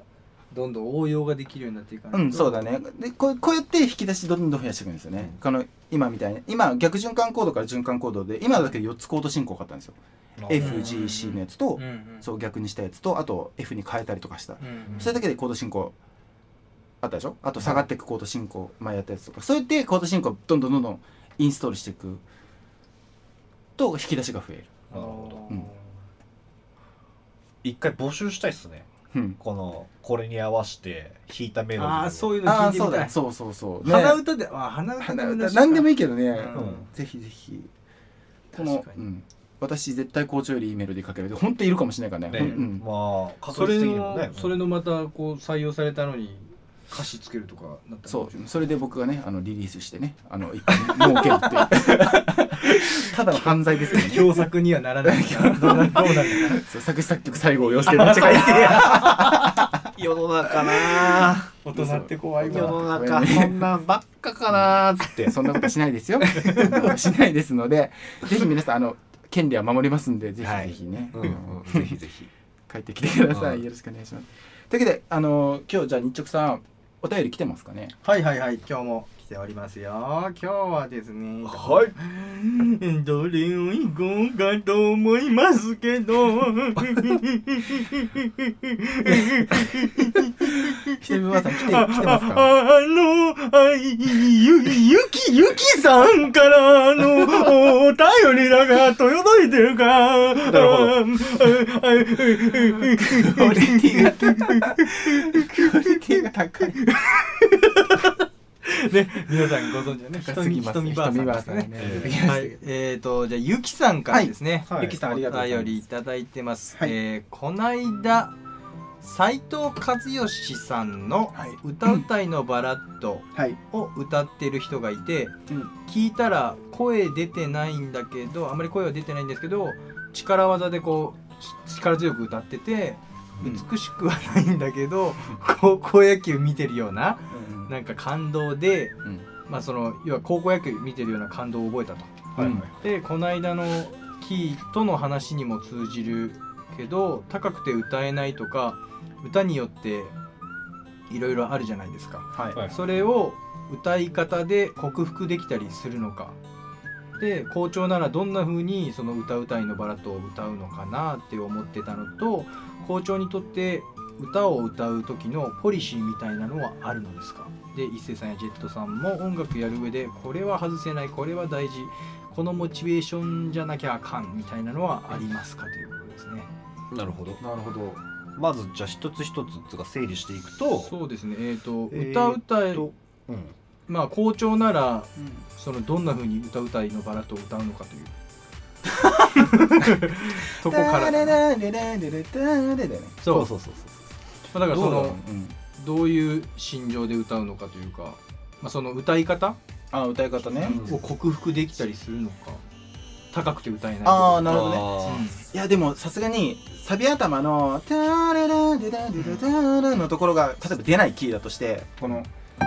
[SPEAKER 1] どんどん応用ができるようになっていかない
[SPEAKER 3] うんそうだねでこうこうやって引き出しどんどん増やしていくんですよね、この今みたいに今逆循環コードから循環コードで今だけで4つコード進行があったんですよ FGC のやつと
[SPEAKER 1] うんうん
[SPEAKER 3] そう逆にしたやつとあと F に変えたりとかした
[SPEAKER 1] うんうん
[SPEAKER 3] それだけでコード進行あったでしょあと下がっていくコード進行前やったやつとかそうやってコード進行どんどんどんどんインストールしていくと引き出しが増える
[SPEAKER 2] なるほど
[SPEAKER 3] うん
[SPEAKER 2] 一回募集したいっすね
[SPEAKER 3] うん
[SPEAKER 2] このこれに合わせて弾いたメロディー
[SPEAKER 4] ああそう
[SPEAKER 2] う
[SPEAKER 4] いうの
[SPEAKER 3] あ
[SPEAKER 4] 聞い
[SPEAKER 3] あ
[SPEAKER 4] て
[SPEAKER 3] そう
[SPEAKER 4] みた
[SPEAKER 3] だ
[SPEAKER 4] い
[SPEAKER 3] そうそうそう、ね、
[SPEAKER 4] 鼻歌であ鼻歌
[SPEAKER 3] 鼻
[SPEAKER 4] で
[SPEAKER 3] 歌何でも
[SPEAKER 4] いい
[SPEAKER 3] いいけどね、
[SPEAKER 1] うん
[SPEAKER 3] ぜひぜひこ
[SPEAKER 4] 確
[SPEAKER 3] の
[SPEAKER 4] か
[SPEAKER 3] う
[SPEAKER 4] に
[SPEAKER 3] ん、私絶対校長よりいいメロディーかけるで本当いるかもしれないからね
[SPEAKER 2] ね、
[SPEAKER 3] ほんうん
[SPEAKER 2] ま
[SPEAKER 1] そ
[SPEAKER 2] あ確
[SPEAKER 1] れ
[SPEAKER 2] 率的にも
[SPEAKER 1] の
[SPEAKER 2] ね
[SPEAKER 1] それのまたこう採用されたのに歌詞つけるとかなったら
[SPEAKER 3] そうそれで僕がねあのリリースしてねあの一気に儲けるっていうただの犯罪ですけどね
[SPEAKER 1] 共作にはならない からどうなどうなるのかな
[SPEAKER 3] そう作詞作曲最後を要請めっちゃ書いて
[SPEAKER 2] 世の中なあ
[SPEAKER 1] 大人って怖い
[SPEAKER 2] 世
[SPEAKER 1] わ
[SPEAKER 2] の中そんなんばっかかなーっつって
[SPEAKER 3] そんなことしないです よ。そんなことしないですので、ぜひ皆さん、あの、権利は守りますんで、ぜひぜひね、
[SPEAKER 2] うんうんぜひぜひ
[SPEAKER 3] 帰ってきてくださ
[SPEAKER 2] うん
[SPEAKER 3] い。よろしくお願いします。というわけで、あの、今日、じゃあ、日直さん、お便り来てますかね。
[SPEAKER 1] はいはいはい今日も来ておりますよ今日はですね
[SPEAKER 2] はい
[SPEAKER 1] どれを行こうかと思いますけ ど
[SPEAKER 3] ひとみばあさん、来て、来てますか
[SPEAKER 1] あの、あゆ、ゆき、ゆきさんからのお便りだが届いてるか。な
[SPEAKER 2] るほど
[SPEAKER 1] ど。
[SPEAKER 3] クオリティが、クオリティが高い。
[SPEAKER 1] ね、皆さんご存知のね、
[SPEAKER 3] 高すぎますね。ひとみばあさんがね。
[SPEAKER 2] ええ
[SPEAKER 3] 出てきました
[SPEAKER 1] は
[SPEAKER 3] けど
[SPEAKER 1] い、えーとじゃあゆきさんからですね、
[SPEAKER 2] はいはいゆき
[SPEAKER 3] さんありがとうございます
[SPEAKER 1] お便りいただいてます、
[SPEAKER 3] はい
[SPEAKER 1] えーこないだ斉藤和義さんの
[SPEAKER 3] はい
[SPEAKER 1] 「歌うたいのバラッド
[SPEAKER 3] はい。」
[SPEAKER 1] を歌ってる人がいて、
[SPEAKER 3] うん
[SPEAKER 1] 聞いたら声出てないんだけどあんまり声は出てないんですけど力技でこうし力強く歌ってて
[SPEAKER 3] うん
[SPEAKER 1] 美しくはないんだけど、高校野球見てるようななんか感動で、
[SPEAKER 3] ん
[SPEAKER 1] まあその要は高校野球見てるような感動を覚えたと。
[SPEAKER 2] はい
[SPEAKER 3] うん
[SPEAKER 1] でこの間のキーとの話にも通じるけど高くて歌えないとか歌によっていろいろあるじゃないですか
[SPEAKER 3] はい。
[SPEAKER 2] はい
[SPEAKER 1] それを歌い方で克服できたりするのかで校長ならどんな風にその歌うたいのバラッドを歌うのかなって思ってたのと校長にとって歌を歌う時のポリシーみたいなのはあるのですかで一星さんやジェットさんも音楽やる上でこれは外せないこれは大事このモチベーションじゃなきゃあかんみたいなのはありますかということですね
[SPEAKER 2] なるほど
[SPEAKER 3] なるほど。
[SPEAKER 2] まずじゃあ一つ一つつが整理していくと
[SPEAKER 1] そうですねえっ、と、
[SPEAKER 2] えー
[SPEAKER 1] 歌うたい
[SPEAKER 2] とうん
[SPEAKER 1] まあ校長ならそのどんな風に歌うたいのバラと歌うのかというとこからそう
[SPEAKER 3] だだだだだだだだね
[SPEAKER 2] そうそうそうそう
[SPEAKER 1] まあだからそ
[SPEAKER 3] どうだろう
[SPEAKER 1] の
[SPEAKER 3] うん
[SPEAKER 1] どういう心情で歌うのかというか、まあ、その歌い方
[SPEAKER 3] あ、歌い方ね。
[SPEAKER 1] を克服できたりするのか高くて歌えないと
[SPEAKER 3] あ
[SPEAKER 1] か
[SPEAKER 3] あ、なるほどね。
[SPEAKER 1] うん
[SPEAKER 3] いやでもさすがにサビ頭の「タララデダデダタラ」のところが例えば出ないキーだとしてこの「タ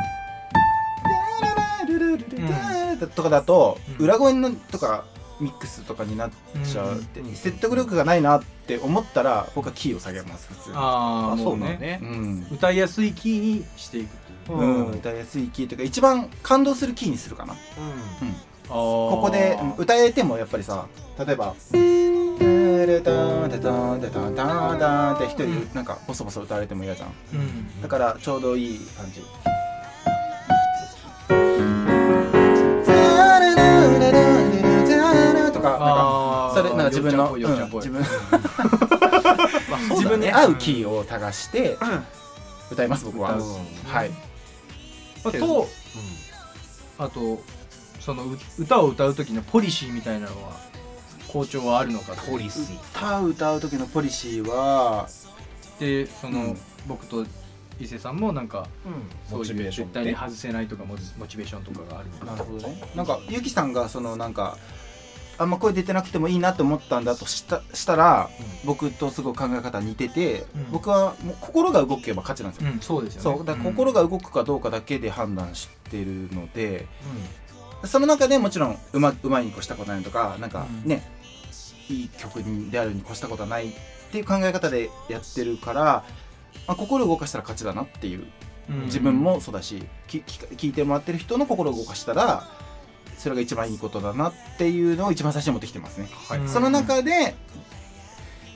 [SPEAKER 3] ララルルルルタ」とかだと
[SPEAKER 1] うん
[SPEAKER 3] 裏声のとかミックスとかになっちゃうって
[SPEAKER 2] うん
[SPEAKER 3] 説得力がないなって思ったら僕はキーを下げます普通に
[SPEAKER 1] あ
[SPEAKER 2] あ
[SPEAKER 1] あ
[SPEAKER 2] そ
[SPEAKER 1] も
[SPEAKER 2] う
[SPEAKER 1] う
[SPEAKER 2] なの
[SPEAKER 1] ね
[SPEAKER 2] ね
[SPEAKER 3] うん
[SPEAKER 1] 歌いやすいキーにしていくっていう
[SPEAKER 2] う
[SPEAKER 3] うん
[SPEAKER 2] んうん
[SPEAKER 3] 歌いやすいキーというか一番感動するキーにするかな
[SPEAKER 1] こ
[SPEAKER 3] ここでうん歌えてもやっぱりさ例えば「タラタタタタタタタ」って一人でなんかボソボソ歌われても嫌じゃん
[SPEAKER 1] うん
[SPEAKER 3] だからちょうどいい感じ。とかなんか
[SPEAKER 1] あー
[SPEAKER 3] それなんか自分の
[SPEAKER 1] よっちゃんっ
[SPEAKER 3] うん
[SPEAKER 1] ぽい
[SPEAKER 3] 自
[SPEAKER 1] よっちゃんっぽい
[SPEAKER 3] 分
[SPEAKER 2] まあそうだね
[SPEAKER 3] 自分に合うキーを探して歌います僕は。
[SPEAKER 2] うん
[SPEAKER 3] はい。
[SPEAKER 1] まあとあとそのう歌を歌う時のポリシーみたいなのは校長はあるのか
[SPEAKER 2] ポリス
[SPEAKER 3] 歌う歌う時のポリシーは
[SPEAKER 1] でその、
[SPEAKER 3] うん
[SPEAKER 1] 僕と伊勢さんもなんかそう
[SPEAKER 2] モチ
[SPEAKER 1] いう
[SPEAKER 2] ベーショ
[SPEAKER 1] 絶
[SPEAKER 2] ン
[SPEAKER 1] 対に
[SPEAKER 2] ね
[SPEAKER 1] 外せないとかモチモチベーションとかがあるのか
[SPEAKER 3] なるほどね。なんかゆきさんがそのなんかあんま声出てなくてもいいなと思ったんだとしたしたら僕とすごい考え方似てて
[SPEAKER 1] うん
[SPEAKER 3] 僕はもう心が動けば勝ちなんですよ。
[SPEAKER 1] うんそうですよね
[SPEAKER 3] そうだから心
[SPEAKER 1] が
[SPEAKER 3] が動くかどうかだけで判断してるので、その中でもちろんうまうまいに越したことないとかなんか
[SPEAKER 1] うん
[SPEAKER 3] ね、いい曲にであるに越したことはないっていう考え方でやってるから、まあ、心を動かしたら勝ちだなっていう自分もそうだし、きき聞いてもらってる人の心を動かしたらそれが一番いいことだなっていうのを一番最初に持ってきてますね、
[SPEAKER 2] はい
[SPEAKER 1] うん
[SPEAKER 3] その中で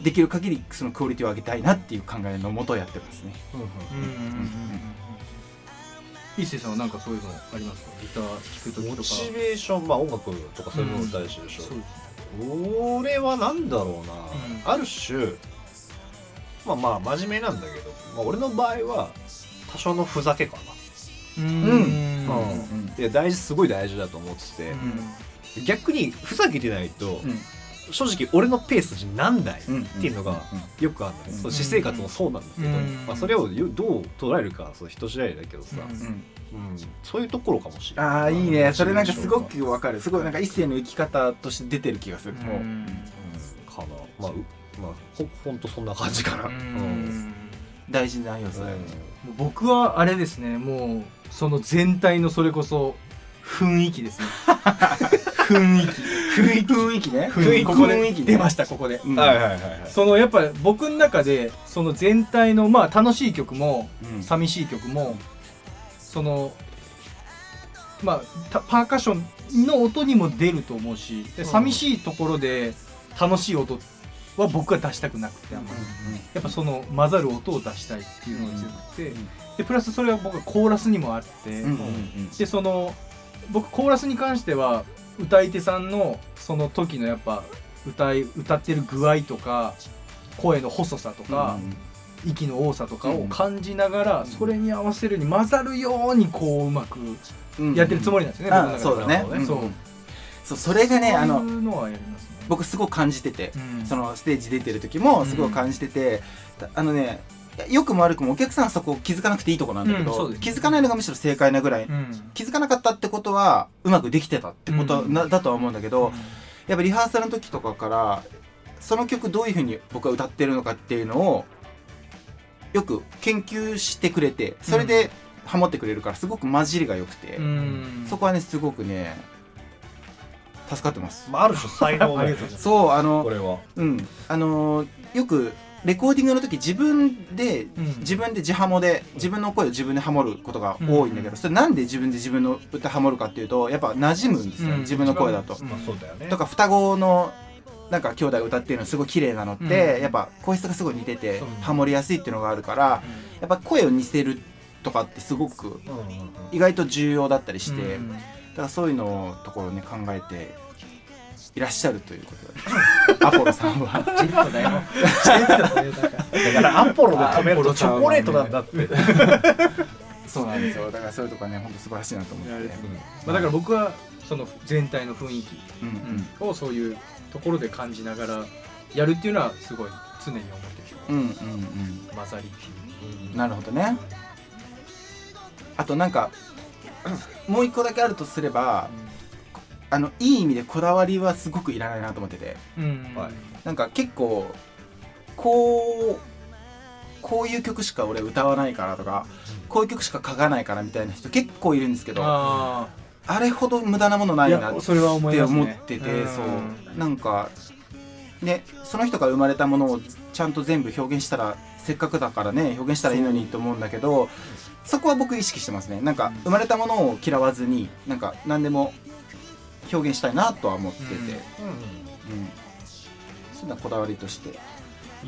[SPEAKER 3] できる限りそのクオリティを上げたいなっていう考えのもとやってますね
[SPEAKER 1] うんうんうんうん一星さんはなんかそういうのありますかギター弾く時とか
[SPEAKER 2] モチベーションまあ音楽とかそういうのも大事でしょ、
[SPEAKER 1] そうです
[SPEAKER 2] 俺はなんだろうな、ある種まあまあ真面目なんだけど、まあ、俺の場合は多少のふざけか
[SPEAKER 1] うん
[SPEAKER 2] ん
[SPEAKER 1] う
[SPEAKER 2] な、
[SPEAKER 1] ん
[SPEAKER 2] いや大事すごい大事だと思ってて、逆にふざけてないと、正直俺のペースになんない、
[SPEAKER 3] うん
[SPEAKER 2] っていうのがよくあるんだけど、
[SPEAKER 3] うん
[SPEAKER 2] その私生活もそうなんだけど、
[SPEAKER 1] うん
[SPEAKER 2] まあ、それをよどう捉えるかはその人次第だけどさ、
[SPEAKER 1] うん
[SPEAKER 2] うんそういうところかもしれない
[SPEAKER 3] ああいいねそれなんかすごくわかるすごいなんか一世の生き方として出てる気がする、もう
[SPEAKER 2] かなまあうまあほほんとそんな感じかな、
[SPEAKER 1] うん
[SPEAKER 2] うん
[SPEAKER 3] 大事な要素だよね、
[SPEAKER 1] もう僕はあれですねもうその全体のそれこそ雰囲気ですね雰囲気
[SPEAKER 3] 雰囲気雰囲気ね
[SPEAKER 1] 雰囲気ここで
[SPEAKER 3] 雰囲気
[SPEAKER 1] 出ましたここで
[SPEAKER 3] うん
[SPEAKER 2] はいはいはいはい
[SPEAKER 1] そのやっぱり僕の中でその全体のまあ楽しい曲も
[SPEAKER 3] うん
[SPEAKER 1] 寂しい曲もそのまあたパーカッションの音にも出ると思うしで寂しいところで楽しい音は僕は出したくなくてあんまりやっぱその混ざる音を出したいっていうのが強くて、
[SPEAKER 3] うん
[SPEAKER 1] でプラスそれは僕はコーラスにもあって、
[SPEAKER 3] うんうん
[SPEAKER 1] でその僕コーラスに関しては歌い手さんのその時のやっぱ歌い歌ってる具合とか声の細さとか、息の多さとかを感じながら、
[SPEAKER 3] うん
[SPEAKER 1] それに合わせるに混ざるようにこううまく
[SPEAKER 3] うん
[SPEAKER 1] やってるつもりなんですね、
[SPEAKER 3] あ
[SPEAKER 1] 僕
[SPEAKER 3] そ
[SPEAKER 1] の
[SPEAKER 3] う
[SPEAKER 1] 中で
[SPEAKER 3] だね
[SPEAKER 1] は
[SPEAKER 3] うん
[SPEAKER 1] そう
[SPEAKER 3] そうそれがねあ
[SPEAKER 1] そう
[SPEAKER 3] の
[SPEAKER 1] いうのはやりますね
[SPEAKER 3] 僕すごく感じてて
[SPEAKER 1] うん
[SPEAKER 3] そのステージ出てる時もすごい感じてて、あのねよくも悪くもお客さんはそこ気づかなくていいとこなんだけ
[SPEAKER 1] うんそ
[SPEAKER 3] ど、
[SPEAKER 1] うです
[SPEAKER 3] 気づかないのがむしろ正解なぐらい、
[SPEAKER 1] うん
[SPEAKER 3] 気づかなかったってことはうまくできてたってことな、
[SPEAKER 1] うん
[SPEAKER 3] だとは思うんだけど、やっぱリハーサルの時とかからその曲どういうふうに僕は歌ってるのかっていうのをよく研究してくれてそれでハモってくれるからすごく混じりが良くて、
[SPEAKER 1] うん
[SPEAKER 3] そこはねすごくね助かってます。
[SPEAKER 2] まあある種才能だよね
[SPEAKER 3] そうあの
[SPEAKER 2] これは
[SPEAKER 3] うん、あのーよくレコーディングの時自分で
[SPEAKER 1] うん
[SPEAKER 3] 自分で自ハモで自分の声を自分でハモることが多いんだけど、
[SPEAKER 1] うん
[SPEAKER 3] それなんで自分で自分の歌ハモるかっていうとやっぱ馴染むんですよ、
[SPEAKER 1] うん
[SPEAKER 3] 自分の声だと。
[SPEAKER 1] うん
[SPEAKER 2] まあそうだよね
[SPEAKER 3] とか双子のなんか兄弟が歌ってるのすごい綺麗なのって、
[SPEAKER 1] うん
[SPEAKER 3] やっぱ声質がすごい似てて
[SPEAKER 1] そう
[SPEAKER 3] ハモりやすいっていうのがあるからやっぱ声を似せるとかってすごく
[SPEAKER 2] うんうんうん
[SPEAKER 3] 意外と重要だったりして、
[SPEAKER 1] うん
[SPEAKER 3] だからそういうのところをね考えていらっしゃるということ でアポロさんは。
[SPEAKER 1] ジェットだよ ジェットだよだから
[SPEAKER 2] だからアポロで食べるとチョコレートなんだって、
[SPEAKER 3] そうなんですよ。だからそういうとこはね、本当素晴らしいなと思って。
[SPEAKER 1] いやあ
[SPEAKER 3] う
[SPEAKER 1] り
[SPEAKER 3] ん
[SPEAKER 1] がとまあ、だから僕はその全体の雰囲気
[SPEAKER 3] うん
[SPEAKER 1] をそういうところで感じながらやるっていうのはすごい常に思ってる
[SPEAKER 3] うんうん
[SPEAKER 1] 混ざりって
[SPEAKER 3] うん。なるほどね。あとなんかもう一個だけあるとすれば、あのいい意味でこだわりはすごくいらないなと思ってて、
[SPEAKER 1] いう、うん
[SPEAKER 2] はい
[SPEAKER 3] なんか結構こうこういう曲しか俺歌わないからとか、こういう曲しか書かないからみたいな人結構いるんですけど、あ
[SPEAKER 1] あ
[SPEAKER 3] れほど無駄なものな
[SPEAKER 1] あ
[SPEAKER 3] い
[SPEAKER 1] い
[SPEAKER 3] なって
[SPEAKER 1] や。それは
[SPEAKER 3] っ
[SPEAKER 1] 思い
[SPEAKER 3] て
[SPEAKER 1] ます、ね、
[SPEAKER 3] 思ってて、
[SPEAKER 1] ん
[SPEAKER 3] そうなんかねその人が生まれたものをちゃんと全部表現したらせっかくだからね表現したらいいのにと思うんだけどそこは僕意識してますねなんか生まれたものを嫌わずになんか何でも表現したいなとは思ってて、う
[SPEAKER 1] う
[SPEAKER 3] ん
[SPEAKER 1] ん
[SPEAKER 3] そういうのはこだわりとして
[SPEAKER 1] い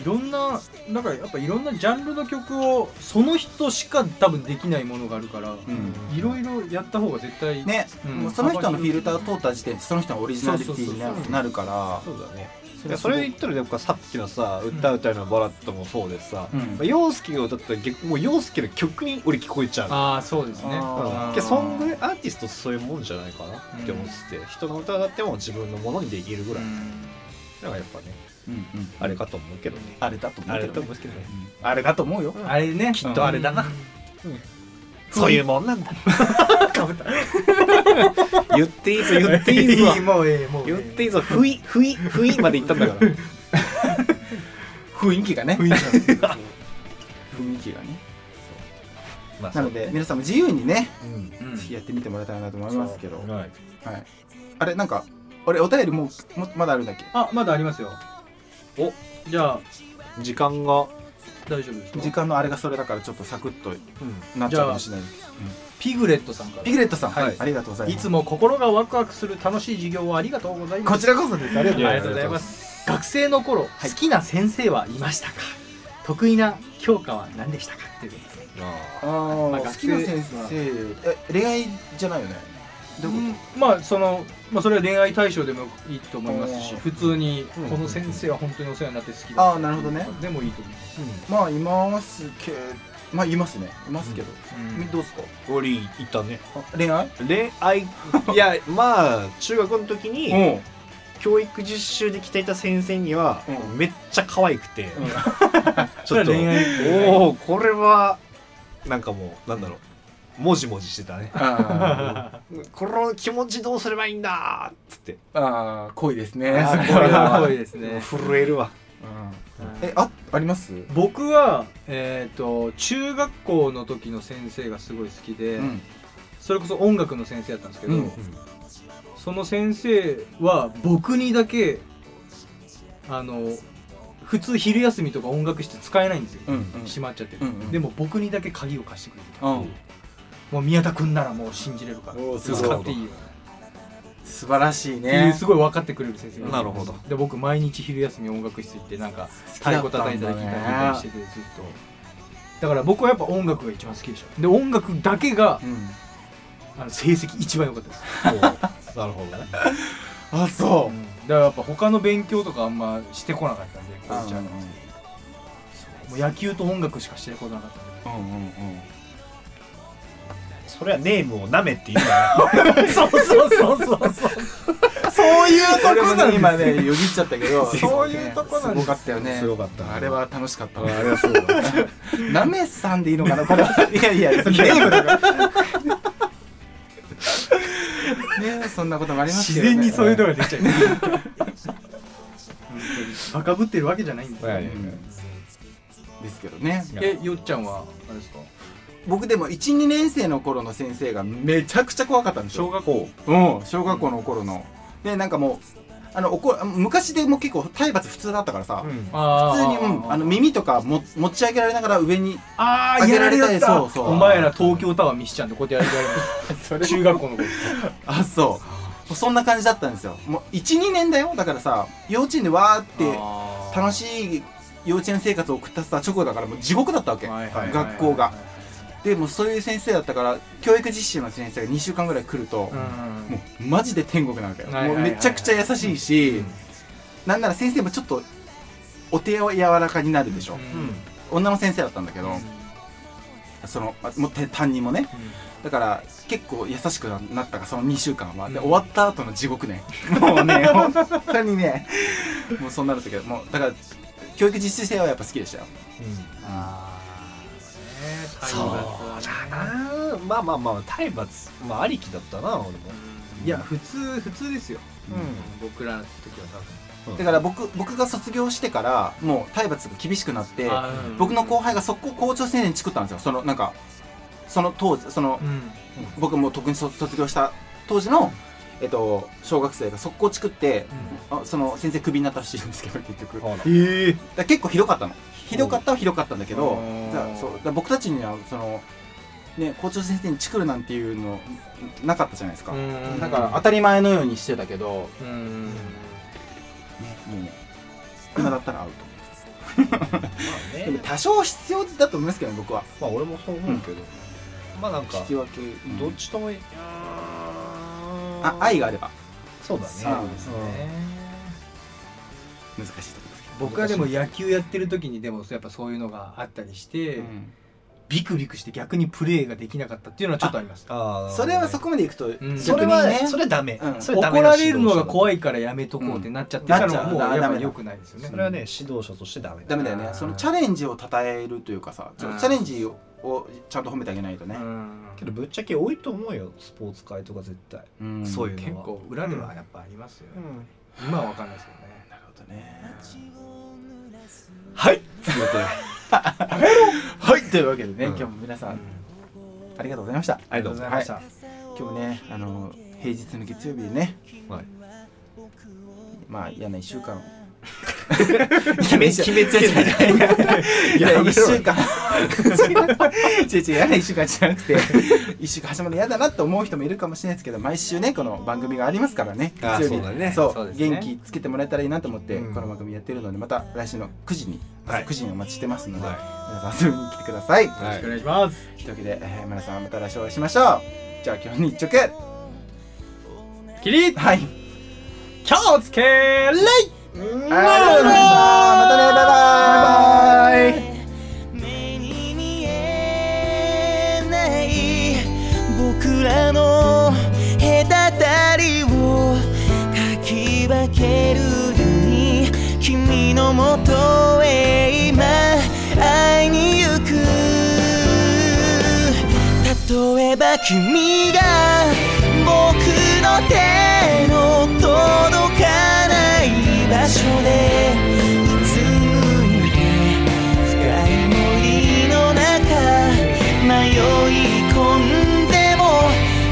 [SPEAKER 1] ろんななんかやっぱいろんなジャンルの曲をその人しか多分できないものがあるから、
[SPEAKER 3] うん
[SPEAKER 1] いろいろやった方が絶対、
[SPEAKER 3] ね、
[SPEAKER 1] うん
[SPEAKER 3] もうその人のフィルターを通った時点でその人のオリジナリティにな
[SPEAKER 1] そうそうそう
[SPEAKER 3] なるから
[SPEAKER 2] そうだね
[SPEAKER 3] そ
[SPEAKER 2] で
[SPEAKER 3] は
[SPEAKER 2] それ言ったらでもさっきのさ歌う歌うのバラッドもそうでさ、
[SPEAKER 3] うん
[SPEAKER 2] まあ、陽介が歌ったら逆もう陽介の曲に俺聞こえちゃう
[SPEAKER 1] ああそうですね
[SPEAKER 2] う
[SPEAKER 3] あ
[SPEAKER 2] ん、
[SPEAKER 3] ー
[SPEAKER 2] けどそんぐらいアーティストってそういうもんじゃないかなって思ってて、人の歌だっても自分のものにできるぐらい、だからやっぱね
[SPEAKER 3] うんうん
[SPEAKER 2] あれかと思うけどね、
[SPEAKER 3] あれだと思
[SPEAKER 2] あ
[SPEAKER 3] う
[SPEAKER 2] れ
[SPEAKER 3] け
[SPEAKER 2] だと
[SPEAKER 3] ど
[SPEAKER 2] 思
[SPEAKER 3] ね、
[SPEAKER 2] うけどね
[SPEAKER 3] うんあれだと思うよ
[SPEAKER 1] うんあれねき
[SPEAKER 2] っとあれだなそういうもんなんだ言っていいぞ言っていいぞ
[SPEAKER 1] もうええもうええ
[SPEAKER 2] 言っていいぞふいふいふいまで言ったんだから
[SPEAKER 3] 雰囲気がね
[SPEAKER 1] 雰囲気が
[SPEAKER 3] 雰囲気がね
[SPEAKER 2] まあ
[SPEAKER 3] なので皆さんも自由にね、
[SPEAKER 2] うん
[SPEAKER 1] うん
[SPEAKER 3] ぜひやってみてもらいたいなと思いますけど、はい、
[SPEAKER 2] はい
[SPEAKER 3] あれなんか俺お便りもうもまだあるんだっけ
[SPEAKER 1] あまだありますよ
[SPEAKER 2] お
[SPEAKER 1] じゃあ
[SPEAKER 2] 時間が
[SPEAKER 1] 大丈夫ですか
[SPEAKER 3] 時間のあれがそれだからちょっとサクッとなっちゃうかもしれないです
[SPEAKER 1] ピグレットさんから
[SPEAKER 3] ピグレットさん、はい
[SPEAKER 2] はい
[SPEAKER 3] ありがとうござい
[SPEAKER 1] い
[SPEAKER 3] ます
[SPEAKER 1] つも心がワクワクする楽しい授業をありがとうございます
[SPEAKER 3] こちらこそですありがとうござい
[SPEAKER 1] ありがと
[SPEAKER 3] ます
[SPEAKER 1] うございます学生の頃、好きな先生はいましたか得意な教科は何でしたかっていうことですね
[SPEAKER 2] あ
[SPEAKER 3] あー
[SPEAKER 1] まあ
[SPEAKER 3] 好きな先
[SPEAKER 1] 学
[SPEAKER 3] 生え恋愛じゃないよねどういうこ
[SPEAKER 1] うんまあその、まあ、それは恋愛対象でもいいと思いますし
[SPEAKER 3] うん
[SPEAKER 1] 普通に
[SPEAKER 2] うん
[SPEAKER 1] この先生は本当にお世話になって好き
[SPEAKER 3] と
[SPEAKER 1] だ
[SPEAKER 3] ああなるほどね
[SPEAKER 1] でもいいと思います、
[SPEAKER 3] まあいますけまあいますねいますけど、みどうですか
[SPEAKER 2] ゴリいったね
[SPEAKER 3] あ恋愛
[SPEAKER 2] 恋 愛いやまあ中学の時に、
[SPEAKER 3] ん
[SPEAKER 2] 教育実習で来ていた先生には、
[SPEAKER 3] うん
[SPEAKER 2] めっ ちゃ可愛くて、
[SPEAKER 3] ん
[SPEAKER 2] ちょっと
[SPEAKER 1] それは恋愛
[SPEAKER 2] おおこれはなんかもうなんだろうもじもじしてたね
[SPEAKER 3] あ
[SPEAKER 2] この気持ちどうすればいいんだーっつって
[SPEAKER 3] ーあー恋ですね
[SPEAKER 2] あー
[SPEAKER 3] それ
[SPEAKER 1] これは
[SPEAKER 3] は
[SPEAKER 1] 濃いですね
[SPEAKER 2] 震え るわ
[SPEAKER 3] えああります
[SPEAKER 1] 僕は、えー、と中学校の時の先生がすごい好きで、
[SPEAKER 3] うん
[SPEAKER 1] それこそ音楽の先生だったんですけど、
[SPEAKER 3] うん
[SPEAKER 1] その先生は僕にだけあの普通昼休みとか音楽室使えないんですよ、
[SPEAKER 3] うん
[SPEAKER 1] 閉まっちゃってる、
[SPEAKER 3] うんうん
[SPEAKER 1] でも僕にだけ鍵を貸してくれて
[SPEAKER 3] う
[SPEAKER 1] た、
[SPEAKER 3] ん
[SPEAKER 1] もう宮田君ならもう信じれるから
[SPEAKER 3] おーす
[SPEAKER 1] 使
[SPEAKER 3] ごい
[SPEAKER 1] っていいよ
[SPEAKER 3] 素晴らしい
[SPEAKER 1] っていう
[SPEAKER 3] ね
[SPEAKER 1] すごい分かってくれる先生がいて
[SPEAKER 2] なるほど
[SPEAKER 1] で僕毎日昼休み音楽室行ってなんか
[SPEAKER 3] 好き
[SPEAKER 1] 太
[SPEAKER 3] だ
[SPEAKER 1] 鼓
[SPEAKER 3] った
[SPEAKER 1] 叩い
[SPEAKER 3] ん
[SPEAKER 1] た
[SPEAKER 3] だ
[SPEAKER 1] り
[SPEAKER 3] ね
[SPEAKER 1] 弾いたりとかしててずっとだから僕はやっぱ音楽が一番好きでしたで音楽だけが
[SPEAKER 3] うん
[SPEAKER 1] あの成績一番良かったです、
[SPEAKER 2] おーなるほどね
[SPEAKER 3] あそ
[SPEAKER 1] うんだからやっぱ他の勉強とかあんましてこなかったんでこ
[SPEAKER 3] う
[SPEAKER 1] うちゃんもう野球と音楽しかしてこなかったんで
[SPEAKER 3] うんうんうん
[SPEAKER 2] それはネームをなめって言うからね
[SPEAKER 1] そうそうそうそうそう
[SPEAKER 3] そういうとこなん今ね、よぎっちゃったけど、
[SPEAKER 1] そういうとこなんです
[SPEAKER 3] すごかったよね。
[SPEAKER 2] すごかった
[SPEAKER 3] あれは楽しかった
[SPEAKER 2] あ
[SPEAKER 3] わ。
[SPEAKER 2] れはそうだね
[SPEAKER 3] なめさんでいいのかな、これ は。いやいや、それゲームだから。 ね、そんなこともあります
[SPEAKER 1] 自
[SPEAKER 3] けどね。
[SPEAKER 1] 然にそういうのが出ちゃう本当にバカぶってるわけじゃないんですよ、
[SPEAKER 2] はい
[SPEAKER 3] うんですけどね。
[SPEAKER 1] えよっちゃんはあれですか
[SPEAKER 3] 僕でも1、2年生の頃の先生がめちゃくちゃ怖かったんですよ
[SPEAKER 1] 小。学校
[SPEAKER 3] うん、小学校の頃の。で、なんかもう、あの、おこ昔でも結構体罰普通だったからさ、
[SPEAKER 2] うん
[SPEAKER 1] 普
[SPEAKER 3] 普通に、うん、あの耳とかも持ち上げられながら上に
[SPEAKER 1] あー
[SPEAKER 3] 上げ
[SPEAKER 1] や
[SPEAKER 3] ら
[SPEAKER 1] ら
[SPEAKER 3] れ
[SPEAKER 1] れ
[SPEAKER 3] た
[SPEAKER 1] た
[SPEAKER 3] り
[SPEAKER 1] やつだ
[SPEAKER 3] そうそう
[SPEAKER 1] お前ら東京タワー見しちゃんってこうやってやられ
[SPEAKER 3] そ
[SPEAKER 1] たり中学校の頃
[SPEAKER 3] あそうもうそんな感じだったんですよもう12年だよだからさ幼稚園でわーって楽
[SPEAKER 1] い
[SPEAKER 3] しい幼稚園生活を送ったさ直後だからもう地獄だったわけ、学校がでもうそういう先生だったから教育実習の先生が2週間ぐらい来ると、もうマジで天国なわけよ、
[SPEAKER 1] はいはいはいはい
[SPEAKER 3] もうめちゃくちゃ優しいし、なんなら先生もちょっとお手柔らかになるでしょ、女の先生だったんだけど、そのあもうて担任もねだから結構優しくなったかその2週間は、で
[SPEAKER 1] うん
[SPEAKER 3] 終わった後の地獄ねもう ね本当にねもうそんなのだけどもうだから教育実習生はやっぱ好きでしたよ
[SPEAKER 1] ああ
[SPEAKER 2] そうじゃあなまあまあまあ体罰、まあ、ありきだったな俺も、
[SPEAKER 1] いや普通普通ですよ
[SPEAKER 2] うん
[SPEAKER 1] 僕らの時は
[SPEAKER 3] だから僕僕が卒業してからもう体罰が厳しくなって
[SPEAKER 1] 多分
[SPEAKER 3] 僕の後輩が速攻校長先生に作ったんですよそのなんかその当時その
[SPEAKER 1] うん
[SPEAKER 3] 僕も特に卒卒業した当時の、えっと、小学生が速攻作ってあその先生クビになったらしいんですけど 結局
[SPEAKER 2] ほら
[SPEAKER 1] ええ
[SPEAKER 3] だから結構ひどかったのひどかったはひどかったんだけ
[SPEAKER 1] う
[SPEAKER 3] ど
[SPEAKER 1] ん
[SPEAKER 3] だからそうだから僕たちにはその、ね、校長先生にチクるなんていうのなかったじゃないですか、だから当たり前のようにしてたけど、
[SPEAKER 1] うん
[SPEAKER 3] ねもう今だったらアウト
[SPEAKER 2] まあ
[SPEAKER 3] で
[SPEAKER 2] ね
[SPEAKER 3] も多少必要だと思いますけどね僕は
[SPEAKER 2] まあ俺もそう思うけど、まあなんか
[SPEAKER 3] 引き分け、うん
[SPEAKER 2] どっちともいい
[SPEAKER 3] あ愛があれば
[SPEAKER 2] そうだね
[SPEAKER 3] そうです
[SPEAKER 2] ね
[SPEAKER 3] 難しいところですけ
[SPEAKER 1] 僕はでも野球やってる時にでもやっぱそういうのがあったりして、
[SPEAKER 3] ど、
[SPEAKER 1] ビクビクして逆にプレーができなかったっていうのはちょっとあります
[SPEAKER 2] あー
[SPEAKER 3] それはそこまでいくと、
[SPEAKER 1] ん
[SPEAKER 2] そ
[SPEAKER 3] 逆
[SPEAKER 2] れ
[SPEAKER 3] に
[SPEAKER 2] は、
[SPEAKER 3] ね
[SPEAKER 2] それダメ、
[SPEAKER 3] うん
[SPEAKER 2] それダメ
[SPEAKER 1] 怒ら
[SPEAKER 2] な
[SPEAKER 1] れ
[SPEAKER 2] 指導者だ
[SPEAKER 1] るのが怖いからやめとこうってなっちゃってから
[SPEAKER 3] うん
[SPEAKER 1] もうやっ
[SPEAKER 3] なっちゃ
[SPEAKER 1] ぱ
[SPEAKER 3] う
[SPEAKER 1] 良くないですよね
[SPEAKER 2] それはね指導者としてダメ
[SPEAKER 3] ダメだよねそのチャレンジを称えるというかさちょ
[SPEAKER 1] うん
[SPEAKER 3] チャレンジをちゃんと褒めてあげないとね
[SPEAKER 1] う、ん
[SPEAKER 2] けどぶっちゃけ多いと思うよスポーツ界とか絶対、
[SPEAKER 3] ん
[SPEAKER 2] そういうのは
[SPEAKER 1] 結構裏ではやっぱありますよね、今は分かんないですけどね
[SPEAKER 3] なるほどね
[SPEAKER 2] はい
[SPEAKER 3] という ことで はいというわけでね、
[SPEAKER 2] うん
[SPEAKER 3] 今日も皆さ
[SPEAKER 1] うん
[SPEAKER 3] んありがとうございました
[SPEAKER 2] ありがとうございま
[SPEAKER 1] した
[SPEAKER 3] はい今日もねあの平日の月曜日でね
[SPEAKER 2] はい
[SPEAKER 3] まあ嫌な1週間決め決めつけない いや
[SPEAKER 2] やめろ
[SPEAKER 3] 1週間 違う違う嫌な1週間じゃなくて1週間始まるの嫌だなと思う人もいるかもしれないですけど毎週ねこの番組がありますからね
[SPEAKER 2] あー
[SPEAKER 3] 月
[SPEAKER 2] そ
[SPEAKER 3] 曜日
[SPEAKER 2] うだね
[SPEAKER 3] そう
[SPEAKER 1] そうですね
[SPEAKER 3] 元気つけてもらえたらいいなと思って、
[SPEAKER 2] うん
[SPEAKER 3] この番組やってるのでまた来週の9時に朝
[SPEAKER 2] はい
[SPEAKER 3] 9時にお待ちしてますので、
[SPEAKER 2] は
[SPEAKER 3] 皆さん遊びに来てください、
[SPEAKER 2] いはい
[SPEAKER 1] お願いします
[SPEAKER 3] というわけで、えー皆さんまた来週お会いしましょうじゃあ今日に一曲
[SPEAKER 1] キリッ
[SPEAKER 3] はい
[SPEAKER 1] 気をつけれい
[SPEAKER 3] ありがとうございましたまたねバイバイ
[SPEAKER 5] 目に見えない僕らの隔たりをかき分けるように君のもとへ今会いに行く例えば君が僕の手の届かない場所でうつむいて深い森の中迷い込んでも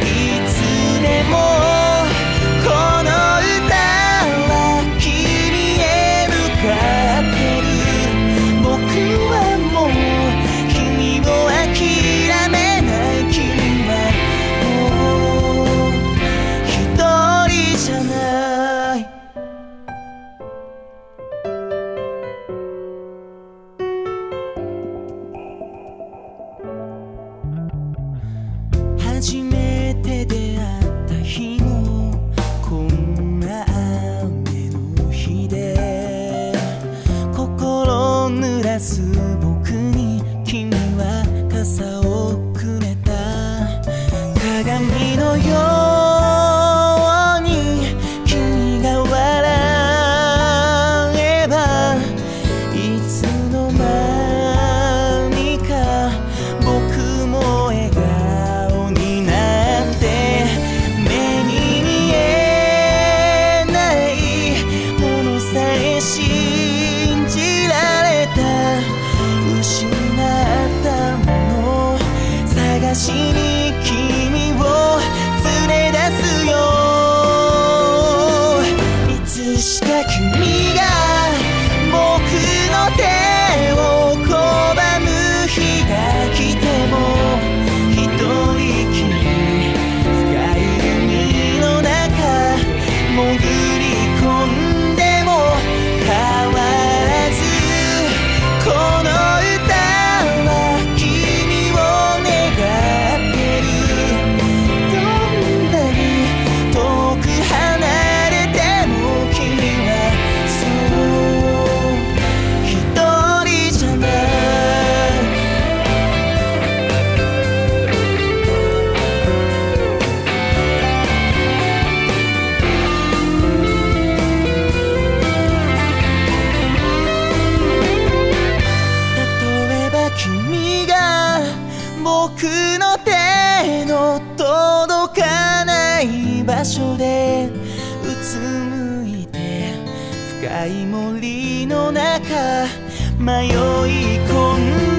[SPEAKER 5] いつでもこの歌は君へ向かってる僕はもう君を諦めない君はもう一人じゃない初めて出会った日もこんな雨の日で心濡らす僕に君は傘をくれた鏡のように君が笑えばいつの間にか僕も笑顔になって目に見えないものさえ信じられた失ったもの探しに君を連れ出すよいつしか君が僕の手を拒む日が来ても一人きり深い海の中潜り込んでも変わらずこの歌は君を願ってるどんなに遠く離れても君はそう一人じゃない例えば君が僕の手の届かない場所でうつむいて深い森の中迷い込ん